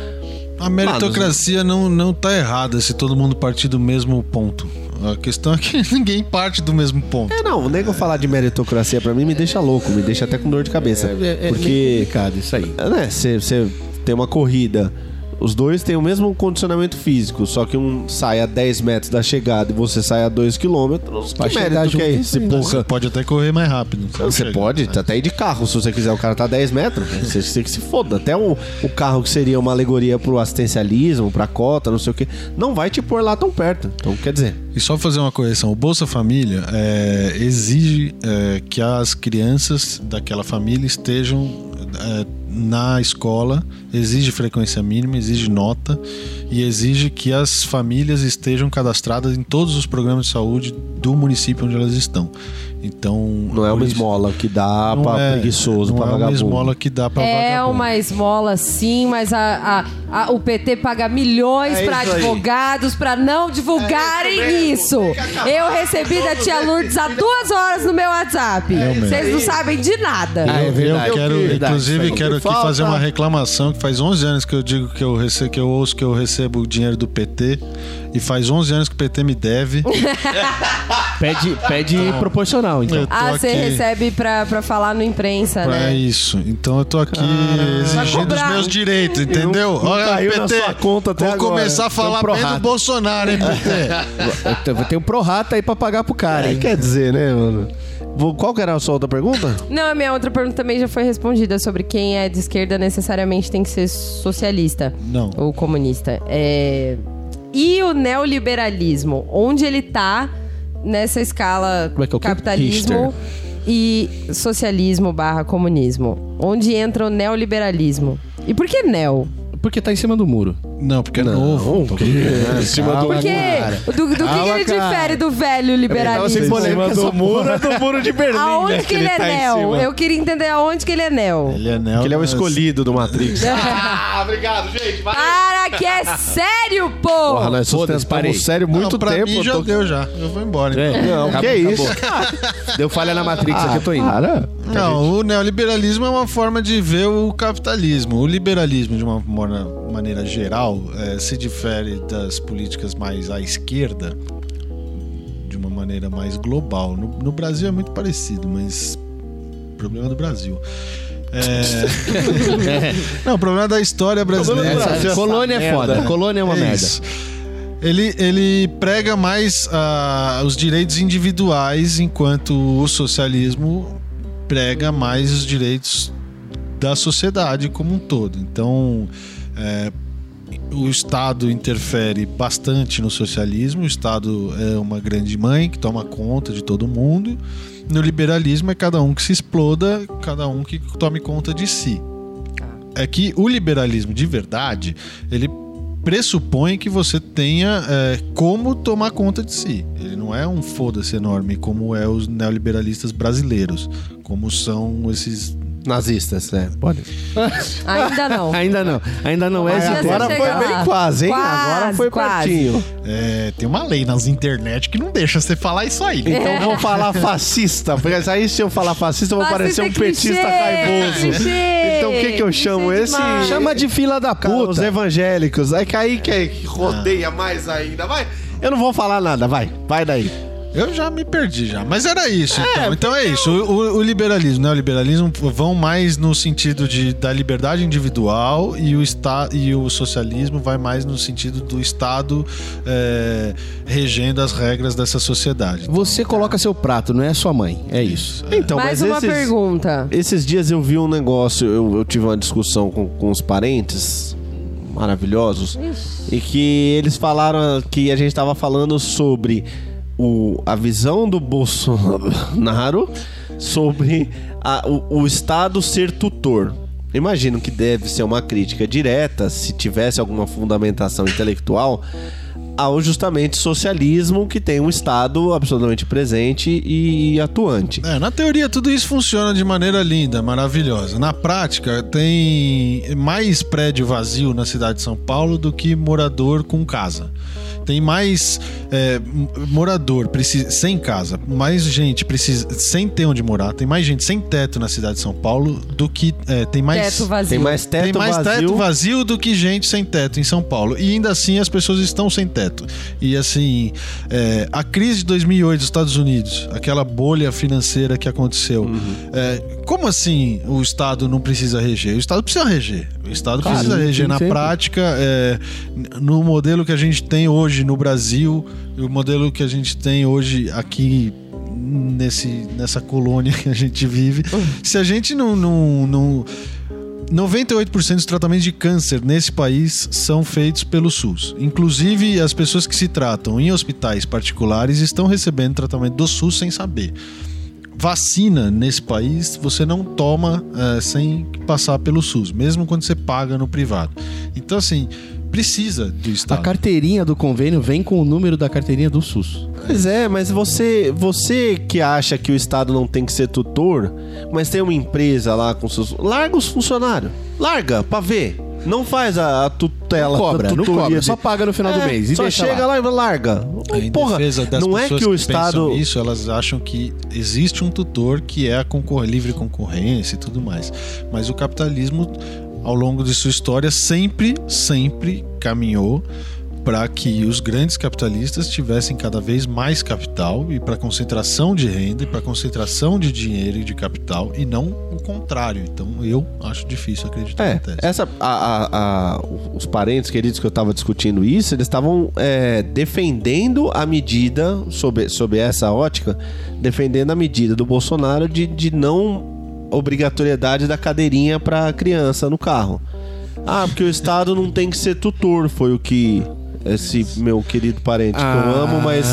A meritocracia não, não tá errada se todo mundo partir do mesmo ponto. A questão é que ninguém parte do mesmo ponto. É, não, o nego falar de meritocracia pra mim me deixa louco, me deixa até com dor de É, cabeça. Porque... porque, complicado isso aí. né, você tem uma corrida, os dois têm o mesmo condicionamento físico, só que um sai a 10 metros da chegada e você sai a 2 quilômetros. Pra Que chegar mérito que é junto, né? esse, sim. Você porra? pode até correr mais rápido. Você Chega. pode tá até ir de carro se você quiser. O cara tá a 10 metros. Você, você que se foda. Até o, o carro que seria uma alegoria pro assistencialismo, pra cota, não sei o quê, não vai te pôr lá tão perto. Então, quer dizer, E só fazer uma correção: o Bolsa Família é, exige é, que as crianças daquela família estejam é, na escola, exige frequência mínima, exige nota e exige que as famílias estejam cadastradas em todos os programas de saúde do município onde elas estão. Então. não é uma por isso- esmola que dá não pra é- preguiçoso, não pra é uma vagabundo. esmola que dá pra É Então, vagabundo. uma esmola, sim, mas a, a- a- o PT paga milhões É pra isso aí. advogados pra não divulgarem É isso. Eu recebi da tia Lourdes há duas horas no meu WhatsApp. É Vocês não sabem de nada. Ah, é Eu- verdade. Eu quero, É verdade, inclusive, isso aí. quero aqui Falta- fazer uma reclamação que faz 11 anos que eu digo que eu recebo, que eu ouço que eu recebo dinheiro do PT E faz 11 anos que o PT me deve. Pede, pede proporcional, então. Eu tô Ah, você aqui recebe pra, pra falar no imprensa, Pra né? isso. Então eu tô aqui exigindo os cobrar. meus direitos, entendeu? não caiu na sua conta até vou agora. começar a Tem um falar pro bem do rato. Bolsonaro, hein, PT? Tem um prorata aí pra pagar pro cara, É, hein? quer dizer, né, mano? Vou- Qual que era a sua outra pergunta? Não, a minha outra pergunta também já foi respondida sobre quem é de esquerda necessariamente tem que ser socialista. Não. Ou comunista. É, E o neoliberalismo? Onde ele tá nessa escala Como é que é o quê? capitalismo e socialismo barra comunismo? Onde entra o neoliberalismo? E por que neo? Porque tá em cima do muro. Não, porque é novo. Tô brincando. Em cima é do Porque do, do que que Calma, ele cara. difere do velho liberalismo? do muro é do muro de Berlim. Aonde que ele é neo? Eu queria entender aonde que ele é neo. Ele é neo, Que ele é o mas- escolhido do Matrix. Para que é sério, pô! Porra, Ah, né? nós Foda-se, parei. sustentamos sério Não, muito pra tempo. Mim já tô- É, deu já. Eu vou embora. então. Não, Acabou, que isso? Ah, acabou. Deu falha na Matrix aqui, eu tô indo. Cara, Não, o neoliberalismo é uma forma de ver o capitalismo. O liberalismo, de uma mora- maneira geral, eh, se difere das políticas mais à esquerda de uma maneira mais global. No, no Brasil é muito parecido, mas problema do Brasil. É... Não, o problema é da história brasileira. Essa- Brasil, essa colônia é merda. foda. Colônia é uma É merda. isso. Ele, ele prega mais ah, os direitos individuais, enquanto o socialismo prega mais os direitos da sociedade como um todo. Então, é, o Estado interfere bastante no socialismo. O Estado é uma grande mãe que toma conta de todo mundo. No liberalismo é cada um que se exploda, cada um que tome conta de si. É que o liberalismo de verdade, ele pressupõe que você tenha é, como tomar conta de si. Ele não é um foda-se enorme como é os neoliberalistas brasileiros, como são esses nazistas, né? Pode. Ainda Ah, não. Ainda não. Ainda não é Mas esse Você Agora chega foi bem lá. quase, hein? Quase, Agora foi quase. pertinho. É, tem uma lei nas internet que não deixa você falar isso aí. né? Então vou falar fascista, porque aí se eu falar fascista eu vou parecer Fascista um é clichê, petista raivoso. clichê, Então o que que eu clichê chamo esse? é demais. Chama de fila da Cara, Os puta. evangélicos, aí que aí que aí que rodeia mais ainda, vai. Eu não vou falar nada, vai. Vai daí. Eu já me perdi já, mas era isso. então, então é isso. O, o- o liberalismo, né? O liberalismo vão mais no sentido de, da liberdade individual e o, esta, e o socialismo vai mais no sentido do Estado é, regendo as regras dessa sociedade. Você coloca seu prato, não é sua mãe. É isso. Então, Mais mas uma esses, pergunta. esses dias eu vi um negócio, eu, eu tive uma discussão com, com os parentes maravilhosos e que eles falaram que a gente tava falando sobre o, a visão do Bolsonaro sobre a- o, o Estado ser tutor. Imagino que deve ser uma crítica direta, se tivesse alguma fundamentação intelectual, ao justamente socialismo que tem um Estado absolutamente presente e atuante. É, na teoria tudo isso funciona de maneira linda, maravilhosa. Na prática, tem mais prédio vazio na cidade de São Paulo do que morador com casa. Tem mais é, m- morador preci- sem casa, mais gente precisa, sem ter onde morar, tem mais gente sem teto na cidade de São Paulo do que. é, tem mais. Teto vazio. Tem mais teto tem mais vazio. teto vazio do que gente sem teto em São Paulo. E ainda assim as pessoas estão sem teto. E assim, é, a crise de 2008 dos Estados Unidos, aquela bolha financeira que aconteceu. Uhum. é, como assim o Estado não precisa reger? O Estado precisa reger. O Estado Claro, precisa reger tem na sempre. prática. é, n- no modelo que a gente tem hoje no Brasil, e o modelo que a gente tem hoje aqui nesse, nessa colônia que a gente vive. Uhum. Se a gente não- não- não 98% dos tratamentos de câncer nesse país são feitos pelo SUS. Inclusive, as pessoas que se tratam em hospitais particulares estão recebendo tratamento do SUS sem saber. Vacina nesse país você não toma eh, sem passar pelo SUS, mesmo quando você paga no privado. Então, assim, precisa do A Tá. Estado. carteirinha do convênio vem com o número da carteirinha do SUS. Pois é, mas você, você que acha que o Estado não tem que ser tutor, mas tem uma empresa lá com seus. Larga os funcionários. Larga, pra ver. Não faz a, a tutela. Não cobra, a não tutoria cobra, de- É, só paga no final do mês e só deixa chega lá. e larga. Em Porra, defesa das não é pessoas que o pensam Estado. isso, elas acham que existe um tutor que é a concor- livre concorrência e tudo mais. Mas o capitalismo, ao longo de sua história, sempre, sempre caminhou para que os grandes capitalistas tivessem cada vez mais capital e para concentração de renda e para concentração de dinheiro e de capital e não o contrário. Então eu acho difícil acreditar É, na tese. essa, a- a- a- os parentes queridos que eu estava discutindo isso, eles estavam é, defendendo a medida, sob, sob essa ótica, defendendo a medida do Bolsonaro de, de não obrigatoriedade da cadeirinha para criança no carro. Ah, porque o Estado não tem que ser tutor, foi o que esse meu querido parente que eu amo, mas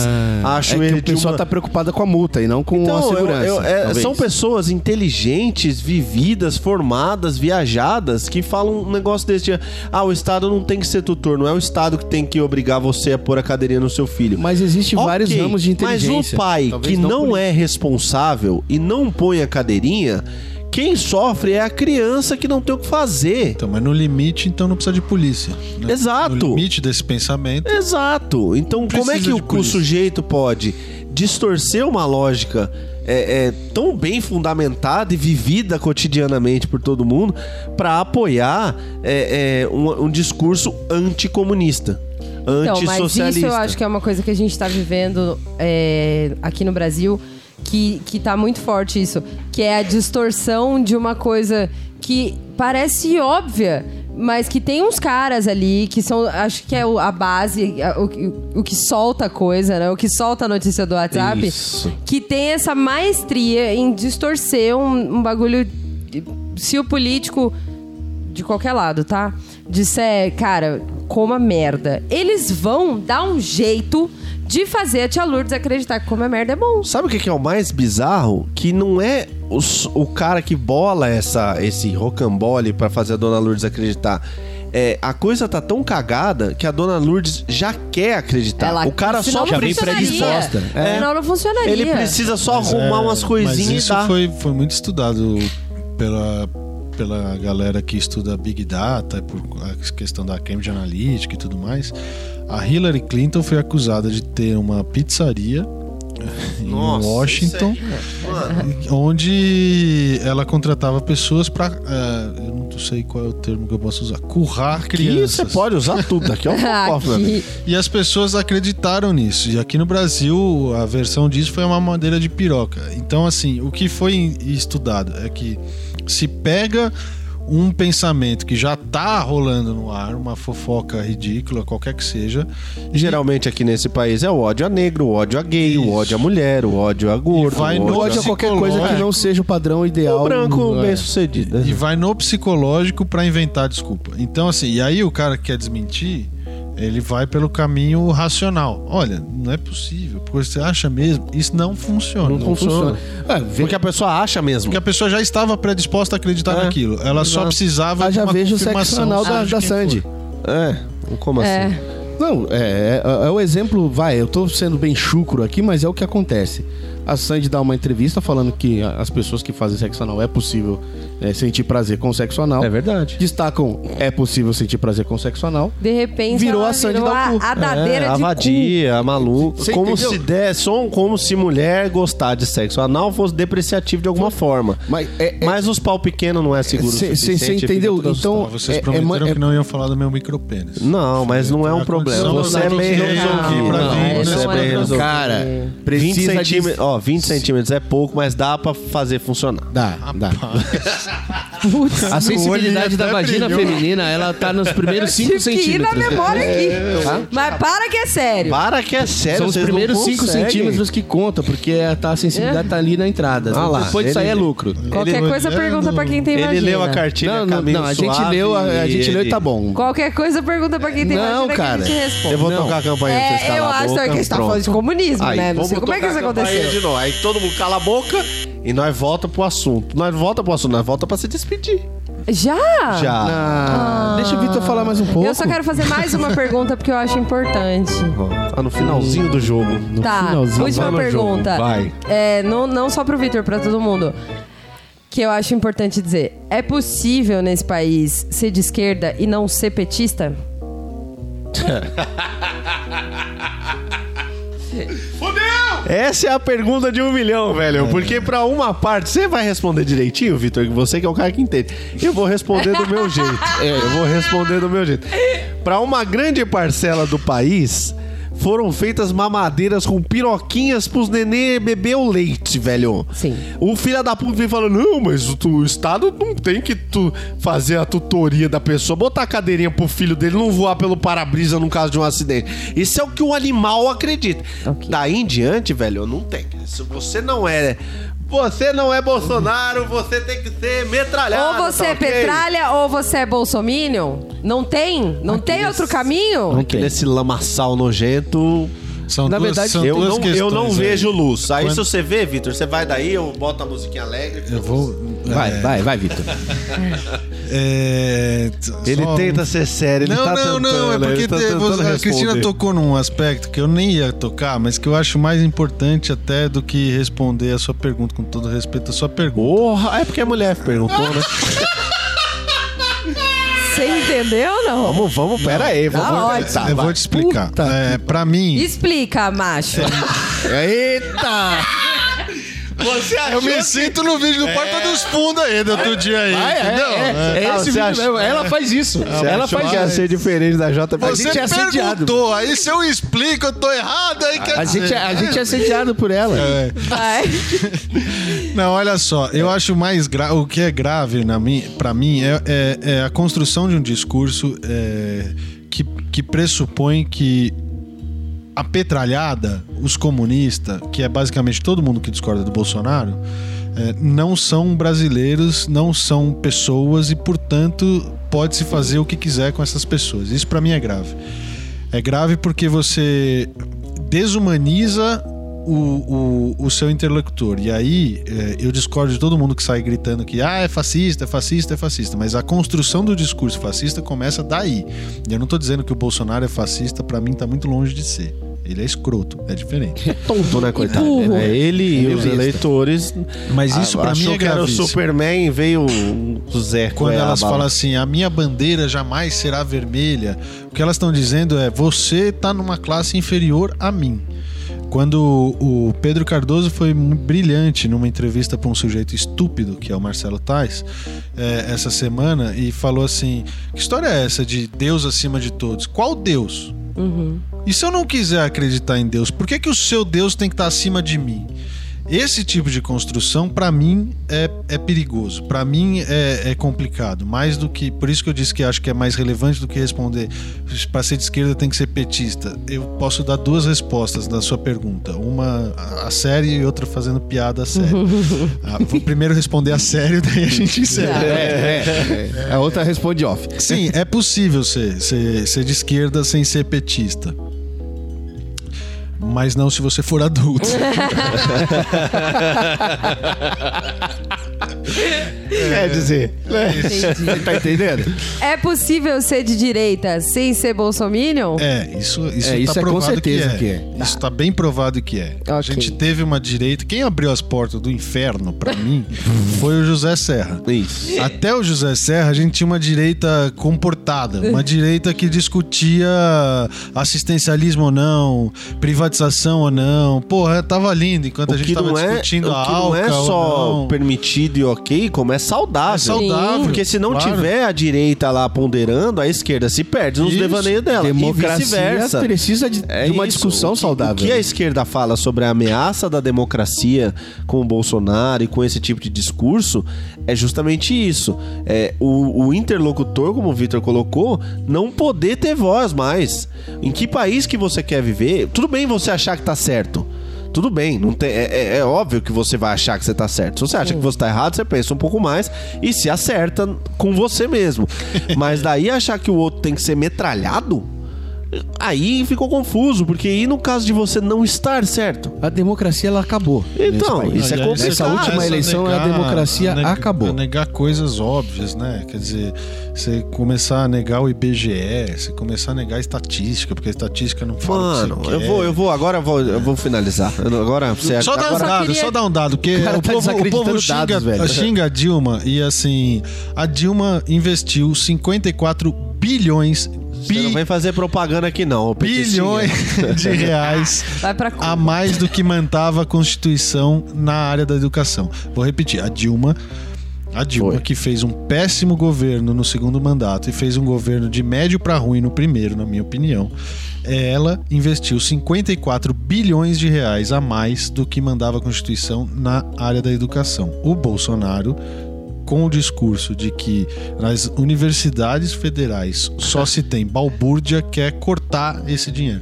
Ah, acho é que ele o pessoal de uma... tá preocupada com a multa e não com a Então, eu- segurança. eu- é, talvez. são pessoas inteligentes, vividas, formadas, viajadas, que falam um negócio desse dia. Ah, o Estado não tem que ser tutor, não é o Estado que tem que obrigar você a pôr a cadeirinha no seu filho. Mas existem Ok, vários ramos de inteligência. Mas o pai Talvez que não, por- é responsável e não põe a cadeirinha, quem sofre é a criança que não tem o que fazer. Então, mas no limite, então não precisa de polícia. né? Exato. No limite desse pensamento, Exato. Então, como é precisa que de o, o polícia. sujeito pode distorcer uma lógica é, é, tão bem fundamentada e vivida cotidianamente por todo mundo para apoiar é, é, um, um discurso anticomunista, Então, mas antissocialista? isso eu acho que é uma coisa que a gente está vivendo é, aqui no Brasil, que, que tá muito forte isso, que é a distorção de uma coisa que parece óbvia, mas que tem uns caras ali que são, acho que é o- a base, a- o, que- o que solta a coisa, né? O que solta a notícia do WhatsApp, Isso. que tem essa maestria em distorcer um, um bagulho. Se o político de qualquer lado, tá? Disser, cara, coma merda. Eles vão dar um jeito de fazer a tia Lourdes acreditar que comer merda é bom. Sabe o que que é o mais bizarro? Que não é os- o cara que bola essa, esse rocambole pra fazer a Dona Lourdes acreditar. É, a coisa tá tão cagada que a Dona Lourdes já quer acreditar. Ela, o cara Tá senão só não vem precisa- predisposta. funcionaria. É. Senão não funcionaria. Ele precisa só arrumar umas coisinhas é, mas isso e tá. foi, foi muito estudado pela, pela galera que estuda Big Data, por a questão da Cambridge Analytica e tudo mais. A Hillary Clinton foi acusada de ter uma pizzaria em Nossa, Washington, isso é onde ela contratava pessoas para, eu não sei qual é o termo que eu posso usar, currar E crianças. você pode usar tudo. Aqui é um fofoca, né? Aqui. E as pessoas acreditaram nisso. E aqui no Brasil, a versão disso foi uma madeira de piroca. Então, assim, o que foi em- estudado é que se pega um pensamento que já tá rolando no ar, uma fofoca ridícula, qualquer que seja, e Geralmente aqui nesse país é o ódio a negro, o ódio a gay, o Isso. ódio a mulher, o ódio a gordo, vai o no- ódio Ou ódio Olha, a qualquer coisa que psicológico. não seja o padrão a... ideal. né? É. O branco no- bem sucedido. e vai no psicológico pra inventar desculpa. Então, assim, e aí o cara que quer desmentir, ele vai pelo caminho racional. Olha, não é possível, porque você acha mesmo, isso não funciona. Não funciona. É, vê- Porque a pessoa acha mesmo. Porque a pessoa já estava predisposta a acreditar É. naquilo. Ela só Exato. precisava Ah, já de uma vejo o sexo confirmação, Ah, anal da, seja da quem Sandy. for. É, como É. assim? Não, é, é, é o exemplo, vai, eu tô sendo bem chucro aqui, mas é o que acontece. A Sandy dá uma entrevista falando que a- as pessoas que fazem sexo anal é possível é, sentir prazer com sexo anal. É verdade. Destacam, é possível sentir prazer com sexo anal. De repente, Virou ela a Sandy virou Dalcu. a, a dadeira É, a de cu. vadia, a maluca. Você como entendeu? se der, som, como se mulher gostar de sexo anal fosse depreciativo de alguma forma. Mas é- é- Mas os pau pequeno não é seguro. o suficiente, Você fica entendeu? tudo Então, Ó, Vocês é- é ma- prometeram é- que não iam falar do meu micropênis. Então- Não, mas não é um A problema. condição Você da é gente bem resolver resolvido. pra Não, vir, é, né? não Você é é bem problema. resolvido. Cara, 20 precisa de- centímetros, ó, 20 centímetros é pouco, mas dá pra fazer funcionar. Dá, dá. A sensibilidade olho da tá até vagina brilhou. feminina, ela tá nos primeiros 5 Tive que ir na centímetros. memória aqui. Mas para que é sério. Para que é sério, São os vocês primeiros não 5 conseguem. centímetros que conta, porque a, tá, a É. sensibilidade tá ali na entrada. Ah lá, Depois disso aí ele- é lucro. Qualquer Ele- coisa, pergunta pra quem tem Ele vagina. leu a cartilha Não, não, Caminho não, a gente Suave leu, a, a gente leu e tá bom. Qualquer coisa, pergunta pra quem tem Não, vagina cara. que a gente responde. Eu vou Não. tocar a campainha pra vocês É, eu calar a acho boca. que a gente tá pronto. falando de comunismo, Aí, né? Não vamos sei como é que tocar isso a campainha aconteceu. de novo. Aí todo mundo cala a boca e nós volta pro assunto. Nós volta pro assunto, nós volta pra se despedir. Já? Já. Ah, deixa o Vitor falar mais um pouco. Eu só quero fazer mais uma pergunta porque eu acho importante. Tá no finalzinho do jogo. tá, finalzinho, última vai no jogo, pergunta. vai. É, não, não só pro Vitor, pra todo mundo. Que eu acho importante dizer. É possível nesse país ser de esquerda e não ser petista? Essa é a pergunta de um milhão, velho. Porque pra uma parte, você vai responder direitinho, Vitor, que você que é o cara que entende. Eu vou responder do meu jeito. É, eu vou responder do meu jeito. Para uma grande parcela do país, foram feitas mamadeiras com piroquinhas pros nenê beber o leite, velho. Sim. O filho da puta vem falando, não, mas o, tu- o Estado não tem que tu fazer a tutoria da pessoa, botar a cadeirinha pro filho dele não voar pelo para-brisa no caso de um acidente. Isso é o que o animal acredita. Daí em diante, velho, não tem. Se você não é... Você não é Bolsonaro, você tem que ser metralhado. ou você tá é ok? petralha ou você é bolsominion? Não tem? Não é tem outro caminho? Aqui nesse lamaçal nojento. São Na duas- verdade, são eu, duas não, eu questões não aí. vejo luz. Aí Quando- se você vê, Vitor, você vai daí, eu boto a musiquinha alegre. Eu vou. Vai, é, vai, vai, Vitor. é, t- Ele só- tenta ser sério, ele não, tá não, tentando. não. É porque ele tá te- tentando você- a responder. Cristina tocou num aspecto que eu nem ia tocar, mas que eu acho mais importante até do que responder a sua pergunta, com todo respeito à sua pergunta. Porra, é porque a mulher perguntou, né? Você entendeu ou não? vamos, vamos, pera aí. Tá Vamos ótimo. eu vou te explicar. É, pra mim. Explica, macho. Tá, Eita! Você achou é Eu me sinto no vídeo do Porta dos Fundos ainda, outro dia aí. Ah, é, entendeu? é, é, é Ah, esse você vídeo acha- mesmo. Ela faz isso. Você Ela achou faz que ia isso. ser diferente da Jota. Você Você gente é assediado. perguntou, aí se eu explico, eu tô errado, aí quer A dizer... né? gente, é- a gente é assediado por ela. É. Vai. Não, olha só, eu acho mais gra... o que é grave na mim, para mim é, é- é a construção de um discurso é, que, que pressupõe que a petralhada, os comunistas, que é basicamente todo mundo que discorda do Bolsonaro, é, não são brasileiros, não são pessoas e, portanto, pode-se fazer o que quiser com essas pessoas. Isso pra mim é grave. É grave porque você desumaniza o, o, o seu interlocutor. E aí é, eu discordo de todo mundo que sai gritando que ah, é fascista, é fascista, é fascista. Mas a construção do discurso fascista começa daí. E eu não tô dizendo que o Bolsonaro é fascista, pra mim tá muito longe de ser. Ele é escroto, é diferente. Tonto, né, coitado? burro. É ele e os Elista. eleitores. Mas isso A- pra mim achou é que era o gravíssimo. Superman e veio o Zé. Quando Cuiabá elas lá. falam assim, a minha bandeira jamais será vermelha, o que elas estão dizendo é você tá numa classe inferior a mim. Quando o o Pedro Cardoso foi mu- brilhante numa entrevista para um sujeito estúpido, que é o Marcelo Tais, eh, essa semana, e falou assim: Que história é essa de Deus acima de todos? Qual Deus? E se eu não quiser acreditar em Deus, por que, que o seu Deus tem que estar acima de mim? Esse tipo de construção, pra mim, é, é perigoso. Pra mim, é, é complicado. Mais do que. Por isso que eu disse que acho que é mais relevante do que responder. Pra ser de esquerda tem que ser petista. Eu posso dar duas respostas da sua pergunta. Uma a sério e outra fazendo piada a sério. Ah, vou primeiro responder a sério, daí a gente encerra. É, é. A outra responde off. Sim, é possível ser, ser, ser de esquerda sem ser petista. Mas não se você for adulto. Quer dizer, é Você É. tá entendendo? É possível ser de direita sem ser bolsominion? É, isso, isso, É, isso tá é com provado certeza que é. Isso tá bem provado que é. A Ok. gente teve uma direita. Quem abriu as portas do inferno pra mim foi o José Serra. Isso. Até o José Serra, a gente tinha uma direita comportada, uma direita que discutia assistencialismo ou não, privatização ou não. Porra, tava lindo enquanto a o gente que tava não é, o que discutindo a não Alca. é ou só não. permitido e ok, como é saudável. É saudável, Porque se não claro. tiver a direita lá ponderando, a esquerda se perde nos Isso. devaneios dela. e Democracia vice-versa. precisa de, É de uma isso. discussão O que- saudável. O que a esquerda fala sobre a ameaça da democracia com o Bolsonaro e com esse tipo de discurso é justamente isso. É, o, o interlocutor, como o Vitor colocou, não poder ter voz mais. Em que país que você quer viver? Tudo bem você achar que tá certo. Tudo bem, não tem- é, é- é óbvio que você vai achar que você tá certo. Se você acha que você tá errado, você pensa um pouco mais e se acerta com você mesmo. Mas daí achar que o outro tem que ser metralhado, Aí ficou confuso, porque aí no caso de você não estar certo? A democracia, ela acabou. Então, nesse país. isso é Aliás, complicado. Essa última essa eleição, a democracia nega- acabou. a Negar coisas óbvias, né? Quer dizer, você começar a negar o IBGE, você começar a negar a estatística, porque a estatística não fala o Mano, que você eu quer. vou, eu vou, agora eu vou, eu vou finalizar. Eu não- Agora, você Só dá um agora, dado, só dá um dado, porque cara o tá povo, o povo desacreditando xinga, dados, velho. xinga a Dilma e assim, a Dilma investiu 54 bilhões, Você não bi- vem fazer propaganda aqui não, ô peticinha. bilhões de reais Vai pra a Cuba. mais do que mantava a Constituição na área da educação. Vou repetir, a Dilma A Dilma, que fez um péssimo governo no segundo mandato e fez um governo de médio para ruim no primeiro, na minha opinião, é, ela investiu 54 bilhões de reais a mais do que mandava a Constituição na área da educação. O Bolsonaro, com o discurso de que nas universidades federais só se tem balbúrdia, quer cortar esse dinheiro.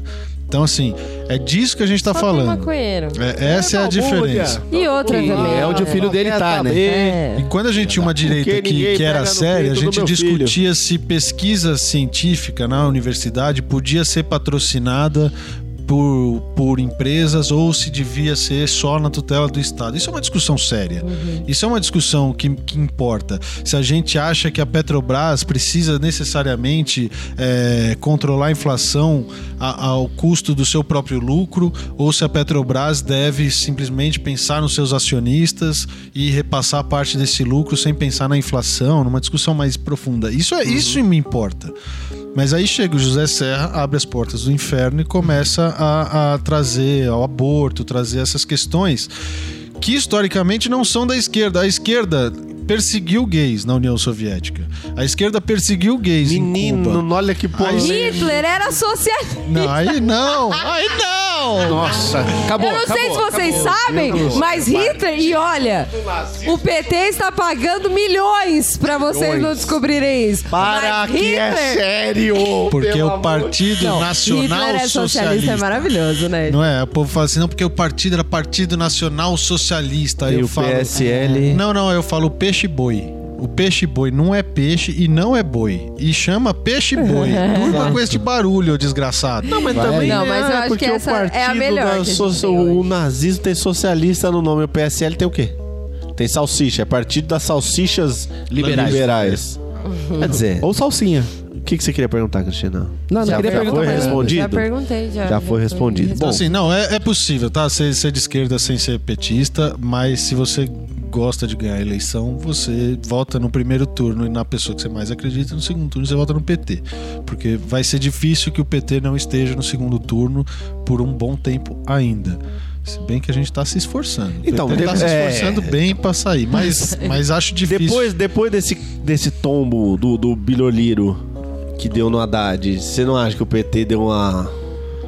Então, assim, é disso que a gente está Só tem falando. maconheiro. É, essa é, a diferença. E outra E também. é onde o filho dele tá, né? É. E quando a gente tinha uma direita Porque que, ninguém que era pega no séria, a peito do gente meu discutia se pesquisa científica na universidade podia ser patrocinada por, por empresas ou se devia ser só na tutela do Estado. Isso é uma discussão séria. Isso é uma discussão que, que importa. Se a gente acha que a Petrobras precisa necessariamente eh, controlar a inflação a- ao custo do seu próprio lucro ou se a Petrobras deve simplesmente pensar nos seus acionistas e repassar parte desse lucro sem pensar na inflação, numa discussão mais profunda. Isso é Uhum. isso me importa. Mas aí chega o José Serra, abre as portas do inferno e começa a, a trazer ao aborto, trazer essas questões que historicamente não são da esquerda. A esquerda perseguiu gays na União Soviética. A esquerda perseguiu gays em Cuba. é Menino, olha que porra. Hitler era socialista. Não, aí não, aí não! Nossa, acabou. Eu não sei se acabou, vocês acabou. sabem, mas Hitler, e olha, o PT está pagando milhões para vocês não descobrirem isso. Para Mas que é Hitler- sério. Porque pelo o amor- Partido Não, Nacional Hitler é socialista, é maravilhoso, né? Não é? O povo fala assim, não, porque o partido era Partido Nacional Socialista. Aí E eu o falo, É. PSL. Não, não, eu falo peixe-boi. O peixe-boi não é peixe e não é boi. E chama peixe-boi. Durma com este barulho, ô desgraçado. Não, mas Também Não, é, mas eu acho porque que o essa é a partido melhor da que a gente socia- tem hoje. O nazismo tem socialista no nome. O PSL tem o quê? Tem salsicha. É partido das salsichas liberais. Quer dizer, Ou salsinha. o que, que você queria perguntar, Cristina? Não, Já não, queria foi perguntar. pra ela. respondido? Já perguntei, já. Já foi respondido. Então, Bom, assim, não, é, é possível, tá? Ser, ser de esquerda sem ser petista, mas se você gosta de ganhar a eleição, você vota no primeiro turno e na pessoa que você mais acredita, no segundo turno você vota no PT. Porque vai ser difícil que o PT não esteja no segundo turno por um bom tempo ainda. Se bem que a gente tá se esforçando. O Então, PT tá de- se é. esforçando bem pra sair, mas, mas acho difícil. Depois, depois desse, desse tombo do, do bilholiro que deu no Haddad, você não acha que o PT deu uma.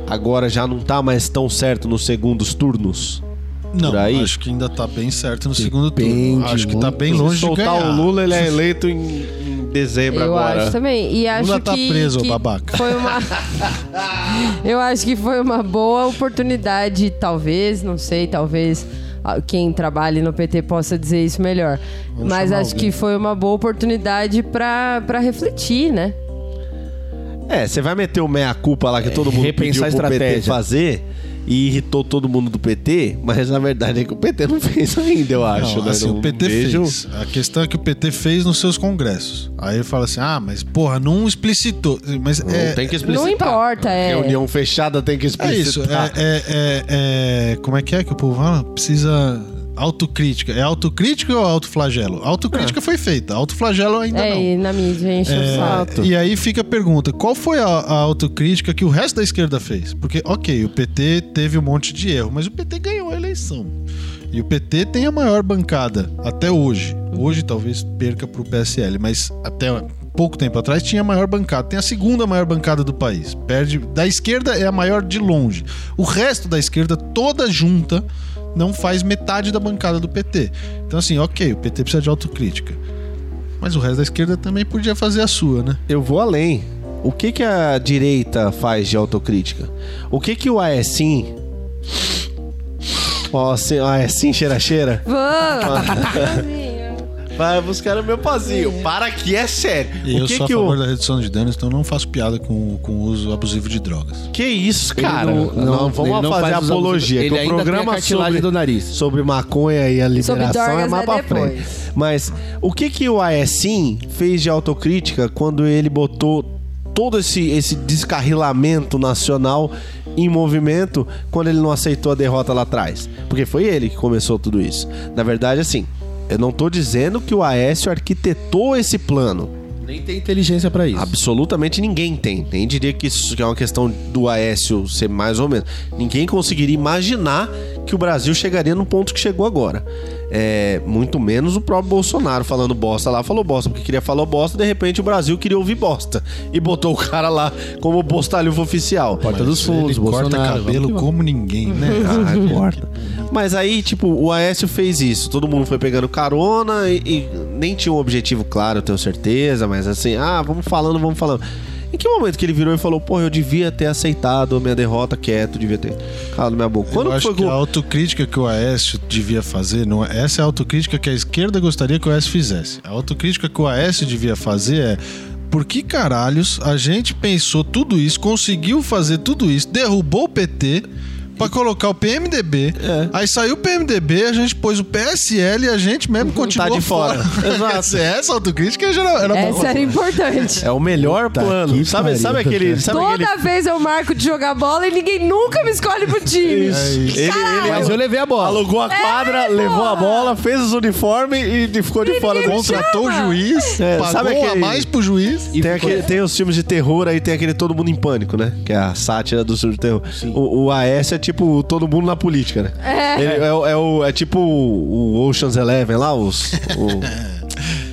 Agora já não tá mais tão certo nos segundos turnos? não, por aí? acho que ainda tá bem certo no segundo turno. Acho que tá bem longe de Soltar ganhar. o Lula, ele é eleito em, em dezembro Eu agora. acho também. E acho Lula tá que, preso, que babaca. Foi uma... Eu acho que foi uma boa oportunidade, talvez, não sei, talvez ah, quem trabalhe no PT possa dizer isso melhor. Mas chamar acho alguém. que foi uma boa oportunidade pra pra refletir, né? É, você vai meter o meia-culpa lá que É, todo mundo repensar pediu a pro PT estratégia. fazer e irritou todo mundo do PT, mas na verdade é que o PT não fez ainda, eu acho. Não, né? assim, Não o PT vejo- fez. A questão é que o PT fez nos seus congressos. Aí ele fala assim: ah, mas porra, não explicitou. Mas Não é, tem que explicitar. Não importa, é. Reunião fechada tem que é explicitar. isso. É, é- é- é- como é que é que o povo fala? Precisa. Autocrítica. É autocrítica ou autoflagelo? Autocrítica foi feita, autoflagelo ainda É, não. e na mídia enche o saco. É, E aí fica a pergunta: qual foi a, a autocrítica que o resto da esquerda fez? Porque, ok, o PT teve um monte de erro, mas o PT ganhou a eleição. E o PT tem a maior bancada até hoje. Hoje talvez perca para o PSL, mas até pouco tempo atrás tinha a maior bancada. Tem a segunda maior bancada do país. Perde da esquerda é a maior de longe. O resto da esquerda toda junta não faz metade da bancada do PT. Então assim, ok, o PT precisa de autocrítica. Mas o resto da esquerda também podia fazer a sua, né? Eu vou além. O que, que a direita faz de autocrítica? O que, que o Aésim. Ó, assim, ó, Aésim cheira-cheira. Vamos! Vai buscar o meu pozinho. Para que é sério. E eu o que, sou que a o. favor da redução de danos, então não faço piada com, com o uso abusivo de drogas. Que isso, cara? não- Não, não, vamos ele não fazer faz os apologia. abusos. que Ele ainda o tem a programa cartilagem sobre, do nariz. sobre maconha e a liberação drogas é mais é pra depois. frente. Mas o que que o Aésim fez de autocrítica quando ele botou todo esse, esse descarrilamento nacional em movimento quando ele não aceitou a derrota lá atrás? Porque foi ele que começou tudo isso. Na verdade, assim, eu não tô dizendo que o Aécio arquitetou esse plano. Nem tem inteligência pra isso. Absolutamente ninguém tem. Nem diria que isso que é uma questão do Aécio ser mais ou menos. Ninguém conseguiria imaginar que o Brasil chegaria no ponto que chegou agora. É, muito menos o próprio Bolsonaro falando bosta lá, falou bosta porque queria falar bosta, de repente o Brasil queria ouvir bosta e botou o cara lá como botalhufo oficial. Porta dos Fundos, ele corta Bolsonaro, cabelo vamos que como ninguém, né? Ah, corta. Mas aí, tipo, o Aécio fez isso. Todo mundo foi pegando carona e, e nem tinha um objetivo claro, eu tenho certeza, mas assim, ah, vamos falando, vamos falando. Em que momento que ele virou e falou, porra, eu devia ter aceitado a minha derrota quieto, devia ter calado minha boca? Quando eu acho foi que o- a autocrítica que o Aécio devia fazer, não, é- essa é a autocrítica que a esquerda gostaria que o Aécio fizesse. A autocrítica que o Aécio devia fazer é por que caralhos a gente pensou tudo isso, conseguiu fazer tudo isso, derrubou o PT pra colocar o PMDB, É. aí saiu o PMDB, a gente pôs o PSL e a gente mesmo continuou de fora. Exato. essa autocrítica já era, era Essa boa. era importante. É o melhor plano. que Sabe, pariu, sabe aquele. Sabe Toda aquele... vez eu marco de jogar bola e ninguém nunca me escolhe pro time. É Ele, ele Mas eu levei a bola. alugou a quadra, levou a bola, fez os uniformes e ficou de fora do Contratou o juiz, É, pagou sabe a aquele- mais pro juiz. tem, aquele- tem os filmes de terror, aí tem aquele Todo Mundo em Pânico, né? Que é a sátira do filme de terror. O, o AS é tipo o Todo Mundo na Política, né? É. é, o- é o- é tipo o o Ocean's Eleven lá, os... O...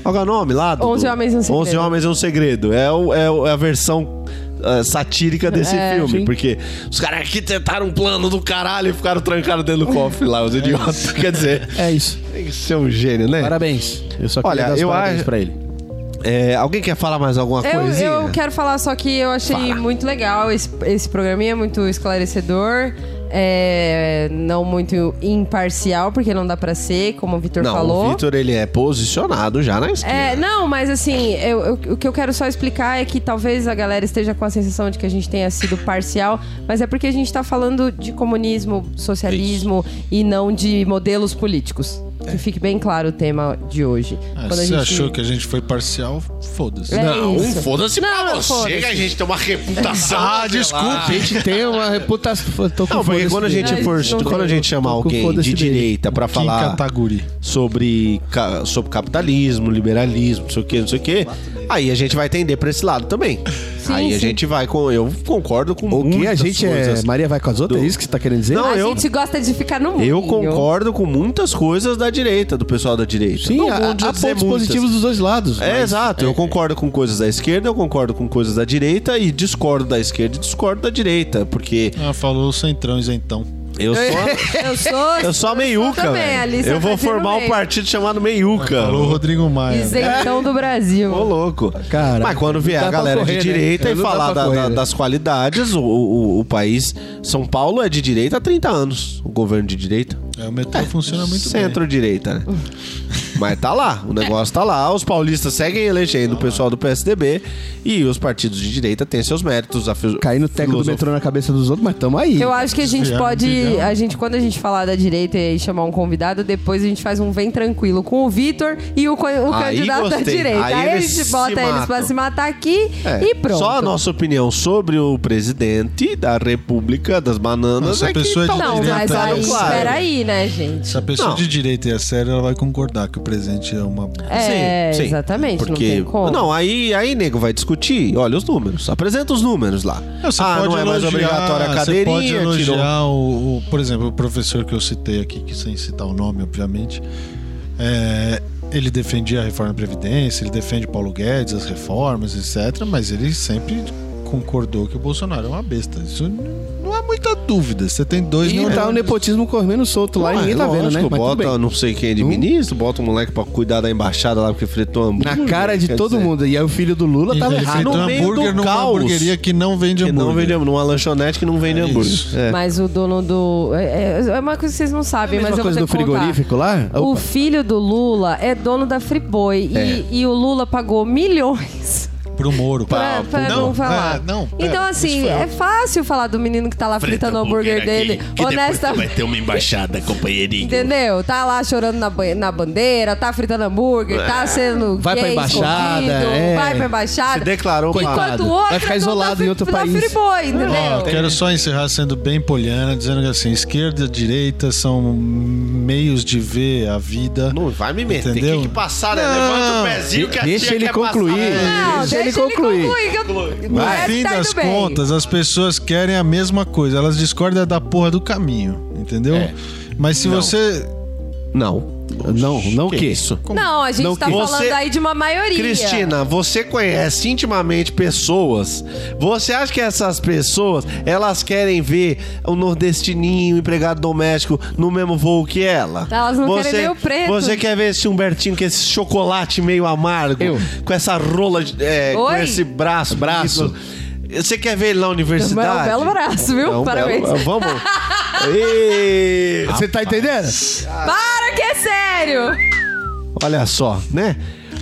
Qual que é o nome lá? do- Onze Homens e um Segredo. Onze Homens e um Segredo. É, o- é o- é a versão ah, satírica desse É, filme, porque os caras aqui tentaram um plano do caralho e ficaram trancados dentro do cofre lá, os idiotas. Quer dizer, É isso. tem que ser um gênio, né? Parabéns. Eu só queria Olha, dar os eu parabéns acho- pra ele. É, alguém quer falar mais alguma Eu, coisinha? eu quero falar só que eu achei muito legal esse, esse programinha, muito esclarecedor. é, não muito imparcial, porque não dá pra ser, como o Vitor Não, falou. o Vitor ele é posicionado já na esquerda. É, não, mas assim, eu- eu- o que eu quero só explicar é que talvez a galera esteja com a sensação de que a gente tenha sido parcial, mas é porque a gente tá falando de comunismo, socialismo e não de modelos políticos. Que fique bem claro o tema de hoje. Ah, Quando a você gente- achou que a gente foi parcial? Foda-se. É isso. foda-se Não, foda-se. gente tem uma reputação. Ah, desculpa. A gente tem uma reputação. Tô com Não, porque foda-se quando a dele. gente dele. for, Não, quando a gente chamar Tô com alguém foda-se de dele. direita pra Kim falar Kataguri. sobre, ca- sobre capitalismo, liberalismo, não sei o que, não sei o que, aí a gente vai tender pra esse lado também. Sim, aí a sim. gente vai com, eu concordo com O que a muitas gente é. coisas. Maria vai com as outras? É isso que você tá querendo dizer? Não, a eu- gente gosta de ficar no mundo. Eu concordo com muitas coisas da direita, do pessoal da direita. Sim, Não há, vou há dizer pontos muitas. positivos dos dois lados. É, mas- exato. Eu concordo com coisas da esquerda, eu concordo com coisas da direita e discordo da esquerda e discordo da direita, porque Ah, falou então. o Centrão Isentão. eu sou Eu sou, eu sou a meiuca, também, a velho. Alice Eu vou tá sendo formar um meio. partido chamado meiuca. Falou o Rodrigo Maia. Isentão do Brasil. Ô, louco. Cara, Mas quando vier não dá a pra galera correr, né? de direita e Não dá falar pra da- correr, da- né? das qualidades, o, o- o país São Paulo é de direita há 30 anos, o governo de direita. É, o metrô funciona muito bem. Centro-direita, né? Mas tá lá, o negócio tá lá. Os paulistas seguem elegendo o pessoal do PSDB e os partidos de direita têm seus méritos. A fi- Cair no teco do filosof- metrô na cabeça dos outros, mas tamo aí. Eu acho que a gente Desviaram, pode. desviaram. A gente, quando a gente falar da direita e chamar um convidado, depois a gente faz um vem tranquilo com o Vitor e o, co- o Aí candidato da gostei. direita. Aí Aí, a eles gente se bota eles pra matam. se matar aqui É, e pronto. Só a nossa opinião sobre o presidente da República das Bananas Nossa, é a pessoa que é de tá- Não, direita, mas tá aí, claro. peraí, né, gente? Se a pessoa Não. de direita e a séria, ela vai concordar que o presente é uma. É, exatamente, não Porque... tem como. Não, aí, aí, nego, vai discutir. Olha os números. Apresenta os números lá. ah, não é mais obrigatória a você cadeirinha. pode tirou- um elogiar o, o- por exemplo, o professor que eu citei aqui, que sem citar o nome, obviamente, é, ele defendia a reforma da Previdência, ele defende Paulo Guedes, as reformas, etc., mas ele sempre concordou que o Bolsonaro é uma besta. Isso n- não há muita dúvida. Você tem dois E tá o é. um neurônios. nepotismo correndo solto lá e Ah, ninguém tá vendo, né? lógico, Mas tudo Bota bem. não sei quem de ministro, bota um moleque pra cuidar da embaixada lá porque fritou hambúrguer. Na cara de quer todo dizer, mundo. E aí o filho do Lula E tava ele errado. fritou No meio hambúrguer do numa caos. hamburgueria que não vende Que hambúrguer. não vende hambúrguer, numa lanchonete que não vende hambúrguer. isso. É. Mas o dono do. É, é- é uma coisa que vocês não sabem, Mesma mas eu vou coisa ter do que contar. frigorífico lá? O Opa. filho do Lula é dono da Friboi e, e o Lula pagou milhões Pro Moro. pra, pra não, falar. é, não, pera, então, assim, isso foi- é fácil falar do menino que tá lá fritando o hambúrguer dele. Honesta. Vai ter uma embaixada, companheirinho. Entendeu? Tá lá chorando na, ba- na bandeira, tá fritando hambúrguer, tá sendo. Vai pra gay embaixada, escondido, é. Vai pra embaixada. Se declarou pra- Enquanto Coitado. o outro Vai ficar é dono da isolado em Fri- outro da país. Friboi, entendeu? Ó, quero só encerrar sendo bem poliana, dizendo que assim, esquerda e direita são meios de ver a vida. Não vai me meter. Entendeu? Tem que passar, né? Não. Levanta o pezinho que a Deixa tia ele quer concluir. passar. Não, Deixa Ah, ele concluir. que eu- o No resto fim tá indo das bem. É. contas, as pessoas querem a mesma coisa, elas discordam da porra do caminho, entendeu? Mas se você. Não. Não, não o quê? Isso. Não, a gente Não tá que- falando Você- aí de uma maioria. Cristina, você conhece intimamente pessoas. Você acha que essas pessoas elas querem ver o nordestininho, o empregado doméstico, no mesmo voo que ela? Elas não você, querem ver o preto. Você quer ver esse Humbertinho com esse chocolate meio amargo, Eu. com essa rola, de- é, com Oi. esse braço, Braço. Você quer ver ele na universidade? É um belo braço, viu? É um belo- Parabéns. vamos. Ê, Você tá entendendo? Para que é sério! Olha só, né?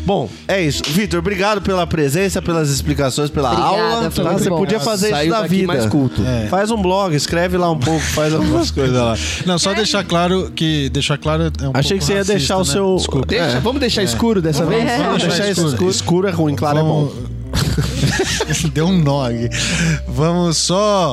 Bom, é isso. Vitor, obrigado pela presença, pelas explicações, pela Obrigada, aula. foi tá? muito Você bom. podia fazer Saiu isso da daqui vida. mais culto. É. Faz um blog, escreve lá um pouco, faz algumas coisas lá. Não, só deixar claro que. Deixar claro é um Achei pouco que você ia racista, deixar o né? seu. Desculpa. Deixa, É. vamos deixar escuro dessa vez? É, Vamos deixar deixar isso escuro. escuro. escuro é ruim, claro é bom. Vamos- Deu um nó aqui. Vamos só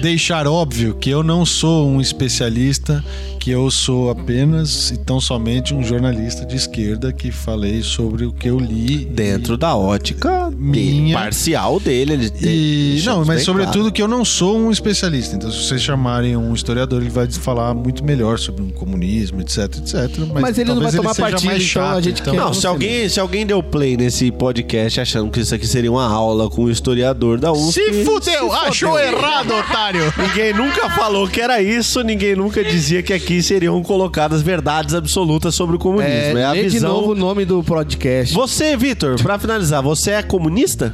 deixar óbvio que eu não sou um especialista, que eu sou apenas e tão somente um jornalista de esquerda que falei sobre o que eu li. Dentro da ótica dele, Minha. parcial dele. Ele, E, deixamos não, mas bem sobretudo claro. que eu não sou um especialista. Então, se vocês chamarem um historiador, ele vai falar muito melhor sobre o comunismo, etc, etc. Mas, Mas ele não talvez vai tomar seja partido, mais então a gente quer- Não, se alguém, se alguém deu play nesse podcast achando que isso aqui seria uma aula com o historiador da USP... Se fudeu! Achou errado, otário! Ninguém nunca falou que era isso, ninguém nunca dizia que aqui seriam colocadas verdades absolutas sobre o comunismo. É, É, a lê de novo visão. o nome do podcast. Você, Vitor, pra finalizar, você é comunista?